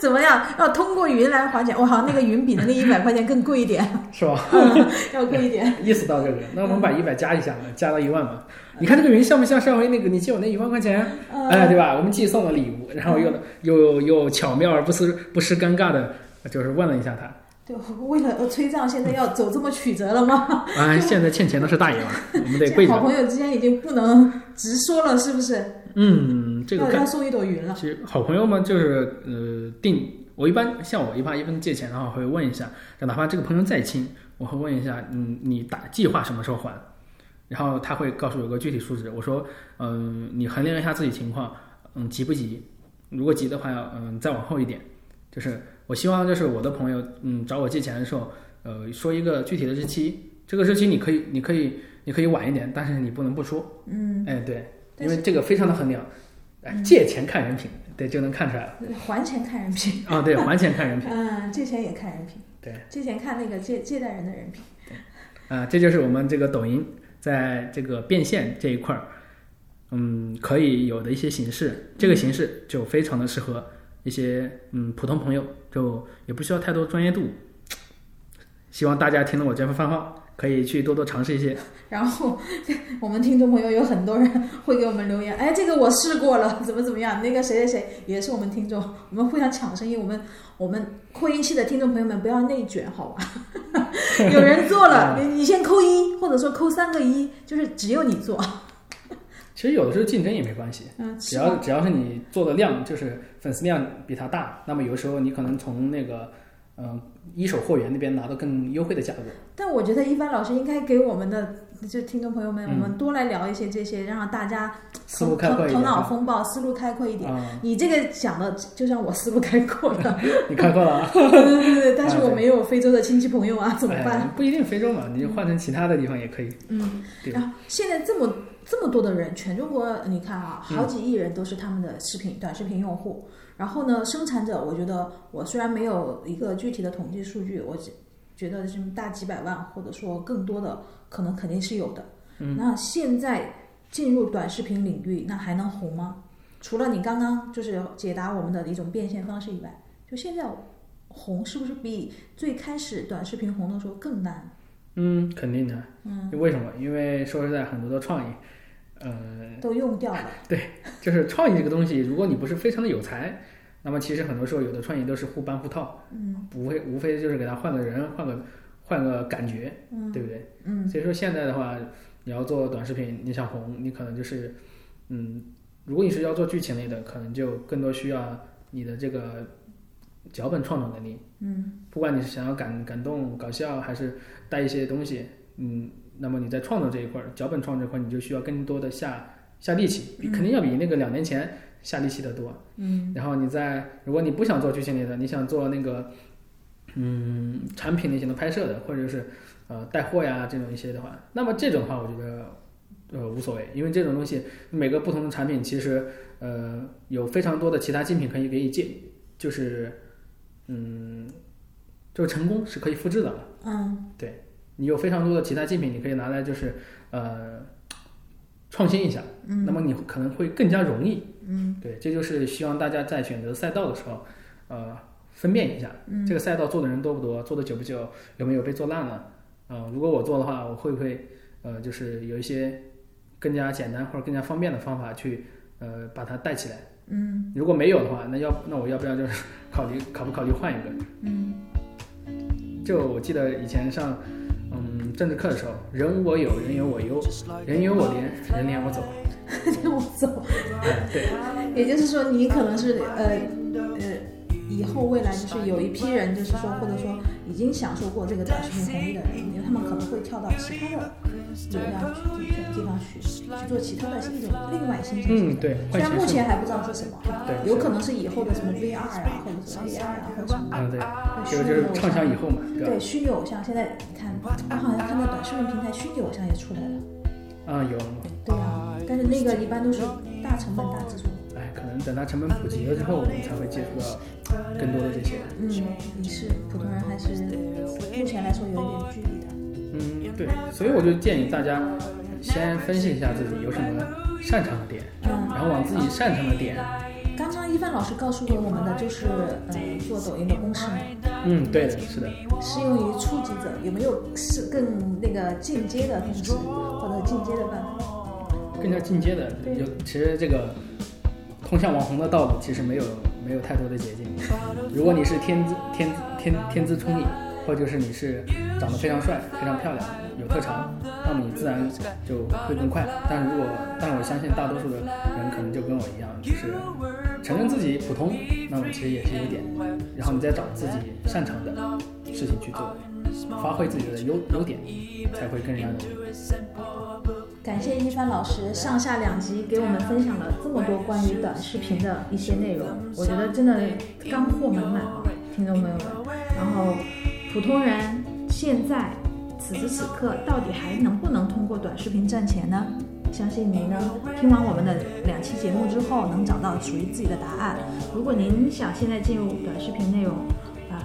Speaker 1: 怎么样？要通过云来还钱？哇，那个云比的那一百块钱更贵一点，
Speaker 2: 是吧？
Speaker 1: 嗯要贵一点。
Speaker 2: 意思到这个，那我们把
Speaker 1: 嗯
Speaker 2: 一百加一下嘛，加到一万嘛。你看这个云像不像上回那个你借我那一万块钱？
Speaker 1: 嗯
Speaker 2: 哎，对吧？我们既送了呃礼物，然后又又又巧妙而不失不失尴尬的，就是问了一下他，
Speaker 1: 对， 为了呃催账，现在要走这么曲折了 吗？
Speaker 2: 啊，现在欠钱的是大爷了，我 们得跪
Speaker 1: 好
Speaker 2: 着。
Speaker 1: 朋友之间已经不能直说了，是不是？
Speaker 2: 嗯，这个
Speaker 1: 要
Speaker 2: 概
Speaker 1: 要送一朵云了。
Speaker 2: 其实好朋友们就是呃定，我一般像我一般一般借钱的话，我会问一下，就哪怕这个朋友再亲，我会问一下，嗯，你打计划什么时候还？然后他会告诉我个具体数值，我说，嗯，你衡量一下自己情况，嗯，急不急？如果急的话，嗯，再往后一点。就是我希望就是我的朋友，嗯，找我借钱的时候，呃，说一个具体的日期，这个日期你可以，你可以，你可以晚一点，但是你不能不说。
Speaker 1: 嗯，
Speaker 2: 哎，对，
Speaker 1: 但
Speaker 2: 因为这个非常的衡量，哎，借钱看人品，对，就能看出来了。
Speaker 1: 还钱看人品，
Speaker 2: 啊，对，还钱看人品，
Speaker 1: 嗯，借钱也看人品，
Speaker 2: 对，
Speaker 1: 借钱看那个借借贷人的人品。
Speaker 2: 啊，这就是我们这个抖音在这个变现这一块儿，嗯，可以有的一些形式，这个形式就非常的适合一些嗯普通朋友，就也不需要太多专业度。希望大家听了我这番话，可以去多多尝试一些。
Speaker 1: 然后我们听众朋友有很多人会给我们留言，哎，这个我试过了，怎么怎么样？那个谁谁谁也是我们听众，我们互相抢生意，我们我们扩音器的听众朋友们不要内卷，好吧？ 有人做了，
Speaker 2: 嗯
Speaker 1: 你你先扣一，或者说扣三个一，就是只有你做，
Speaker 2: 其实有的时候竞争也没关系，
Speaker 1: 嗯，
Speaker 2: 只
Speaker 1: 是吧
Speaker 2: 要只要是你做的量，就是粉丝量比他大，那么有时候你可能从那个嗯、呃一手货源那边拿到更优惠的价格。
Speaker 1: 但我觉得一帆老师应该给我们的就听众朋友们，
Speaker 2: 嗯
Speaker 1: 我们多来聊一些这些，让大家
Speaker 2: 思路开阔
Speaker 1: 头
Speaker 2: 一
Speaker 1: 头
Speaker 2: 点
Speaker 1: 脑风暴，思路开阔一点。
Speaker 2: 啊、
Speaker 1: 你这个讲的就像我思路开阔 了，
Speaker 2: 你看过了啊。
Speaker 1: 对对对对，但是
Speaker 2: 啊
Speaker 1: 我
Speaker 2: 对
Speaker 1: 没有非洲的亲戚朋友啊， 怎么办？
Speaker 2: 哎不一定非洲嘛，你就换成其他的地方也可以。
Speaker 1: 嗯，
Speaker 2: 对
Speaker 1: 然后现在这么这么多的人，全中国你看啊，好几亿人都是他们的视频、短视频用户。然后呢，生产者，我觉得我虽然没有一个具体的统计数据，我只觉得是大几百万或者说更多的，可能肯定是有的。嗯、那现在进入短视频领域，那还能红吗？除了你刚刚就是解答我们的一种变现方式以外，就现在红是不是比最开始短视频红的时候更难？
Speaker 2: 嗯，肯定的。嗯，为什么？因为说实在，很多的创意，呃，
Speaker 1: 都用掉了。
Speaker 2: 就是创意这个东西，如果你不是非常的有才，那么其实很多时候有的创意都是互搬互套，嗯，无非无非就是给他换个人，换个换个感觉，嗯，对不对？嗯，所以说现在的话，你要做短视频，你想红，你可能就是，嗯，如果你是要做剧情类的，可能就更多需要你的这个脚本创作能力。不管你是想要感感动、搞笑，还是带一些东西，嗯，那么你在创作这一块儿，脚本创作这一块儿，你就需要更多的下下力气，比肯定要比那个两年前下力气的多。嗯，然后你在如果你不想做剧情类的，你想做那个嗯产品类型的拍摄的，或者是呃带货呀这种一些的话，那么这种的话，我觉得。呃，无所谓，因为这种东西，每个不同的产品其实，呃，有非常多的其他竞品可以给你借，就是，嗯，就是成功是可以复制的，
Speaker 1: 嗯，
Speaker 2: 你有非常多的其他竞品，你可以拿来就是呃创新一下，嗯，那么你可能会更加容易，嗯，对，这就是希望大家在选择赛道的时候，呃，分辨一下，嗯，这个赛道做的人多不多，做的久不久，有没有被做烂了，呃，如果我做的话，我会不会呃就是有一些更加简单或者更加方便的方法去呃把它带起来，嗯，如果没有的话，那要那我要不要就是 考虑考不考虑换一个，嗯，就我记得以前上。嗯，政治课的时候，人无我有，人有我忧，人有我怜，人怜我走。
Speaker 1: 让我走。
Speaker 2: 哎，对，
Speaker 1: 也就是说，你可能是呃呃，以后未来就是有一批人，就是说或者说已经享受过这个短视频红利的人，他们可能会跳到其呃他的流量去这种地方去去做其他的一种另外新形式
Speaker 2: 嗯，
Speaker 1: 的。
Speaker 2: 对，
Speaker 1: 虽然
Speaker 2: 换
Speaker 1: 目
Speaker 2: 形式，
Speaker 1: 前还不知道是什么，
Speaker 2: 对，
Speaker 1: 有可能是以后的什么 VR 啊，或者什么 AR 啊，或者什么
Speaker 2: 嗯，对，
Speaker 1: 虚
Speaker 2: 就
Speaker 1: 拟
Speaker 2: 就
Speaker 1: 偶
Speaker 2: 是畅想
Speaker 1: 像
Speaker 2: 以。后嘛，对吧
Speaker 1: 对？虚拟偶像，现在你看，我好像看到短视频平台虚拟偶像也出来了。
Speaker 2: 啊，有，
Speaker 1: 对啊，但是那个一般都是大成本大支出。
Speaker 2: 哎，可能等它成本普及了之后，我们才会接触到更多的这些。
Speaker 1: 嗯，你是普通人还是目前来说有一点距离的？
Speaker 2: 嗯，对，所以我就建议大家先分析一下自己有什么擅长的点，
Speaker 1: 嗯，
Speaker 2: 然后往自己擅长的点，
Speaker 1: 刚刚一帆老师告诉给我们的就是，呃，做抖音的公式嘛，
Speaker 2: 嗯，对的，是的，
Speaker 1: 适用于初级者，有没有是更那个进阶的公式或者进阶的办法？
Speaker 2: 更加进阶的，
Speaker 1: 对
Speaker 2: 就其实这个通向网红的道路其实没有没有太多的捷径。如果你是天资天资天天资聪颖，或者就是你是长得非常帅、非常漂亮、有特长，那么你自然就会更快。但如果，但我相信大多数的人可能就跟我一样，就是承认自己普通，那么其实也是优点，然后你再找自己擅长的事情去做，发挥自己的优优点，才会更让人。
Speaker 1: 感谢一帆老师上下两集给我们分享了这么多关于短视频的一些内容，我觉得真的干货满满啊，听众朋友们。然后，普通人现在此时此刻到底还能不能通过短视频赚钱呢？相信您呢，听完我们的两期节目之后，能找到属于自己的答案。如果您想现在进入短视频内容，啊、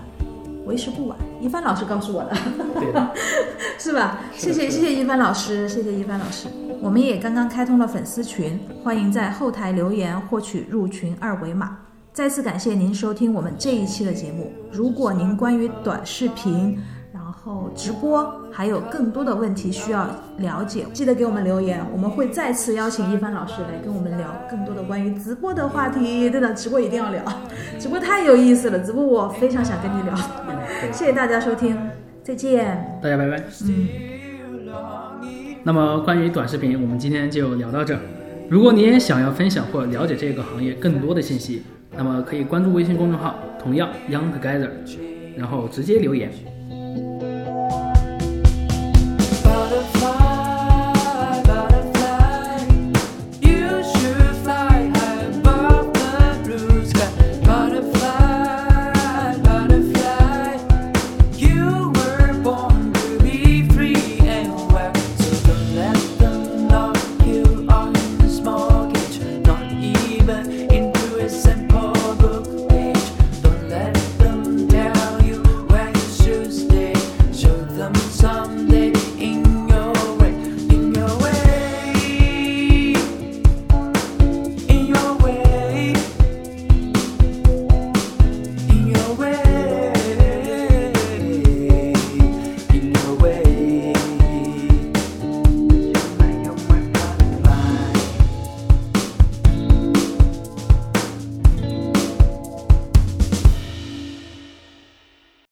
Speaker 1: 为时不晚。一帆老师告诉我的。
Speaker 2: 对的，
Speaker 1: 是吧？
Speaker 2: 是
Speaker 1: 谢
Speaker 2: 的
Speaker 1: 谢
Speaker 2: 是
Speaker 1: 谢
Speaker 2: 的
Speaker 1: 谢一帆老师，谢谢一帆老师。我们也刚刚开通了粉丝群，欢迎在后台留言获取入群二维码。再次感谢您收听我们这一期的节目。如果您关于短视频，然后直播，还有更多的问题需要了解，记得给我们留言，我们会再次邀请一帆老师来跟我们聊更多的关于直播的话题。真的，直播一定要聊，直播太有意思了，直播我非常想跟你聊。
Speaker 2: 嗯，对，
Speaker 1: 谢谢大家收听，再见。
Speaker 2: 大家拜拜。
Speaker 1: 嗯。
Speaker 2: 那么关于短视频，我们今天就聊到这儿。如果你也想要分享或了解这个行业更多的信息，那么可以关注微信公众号，同样 Young Together，然后直接留言，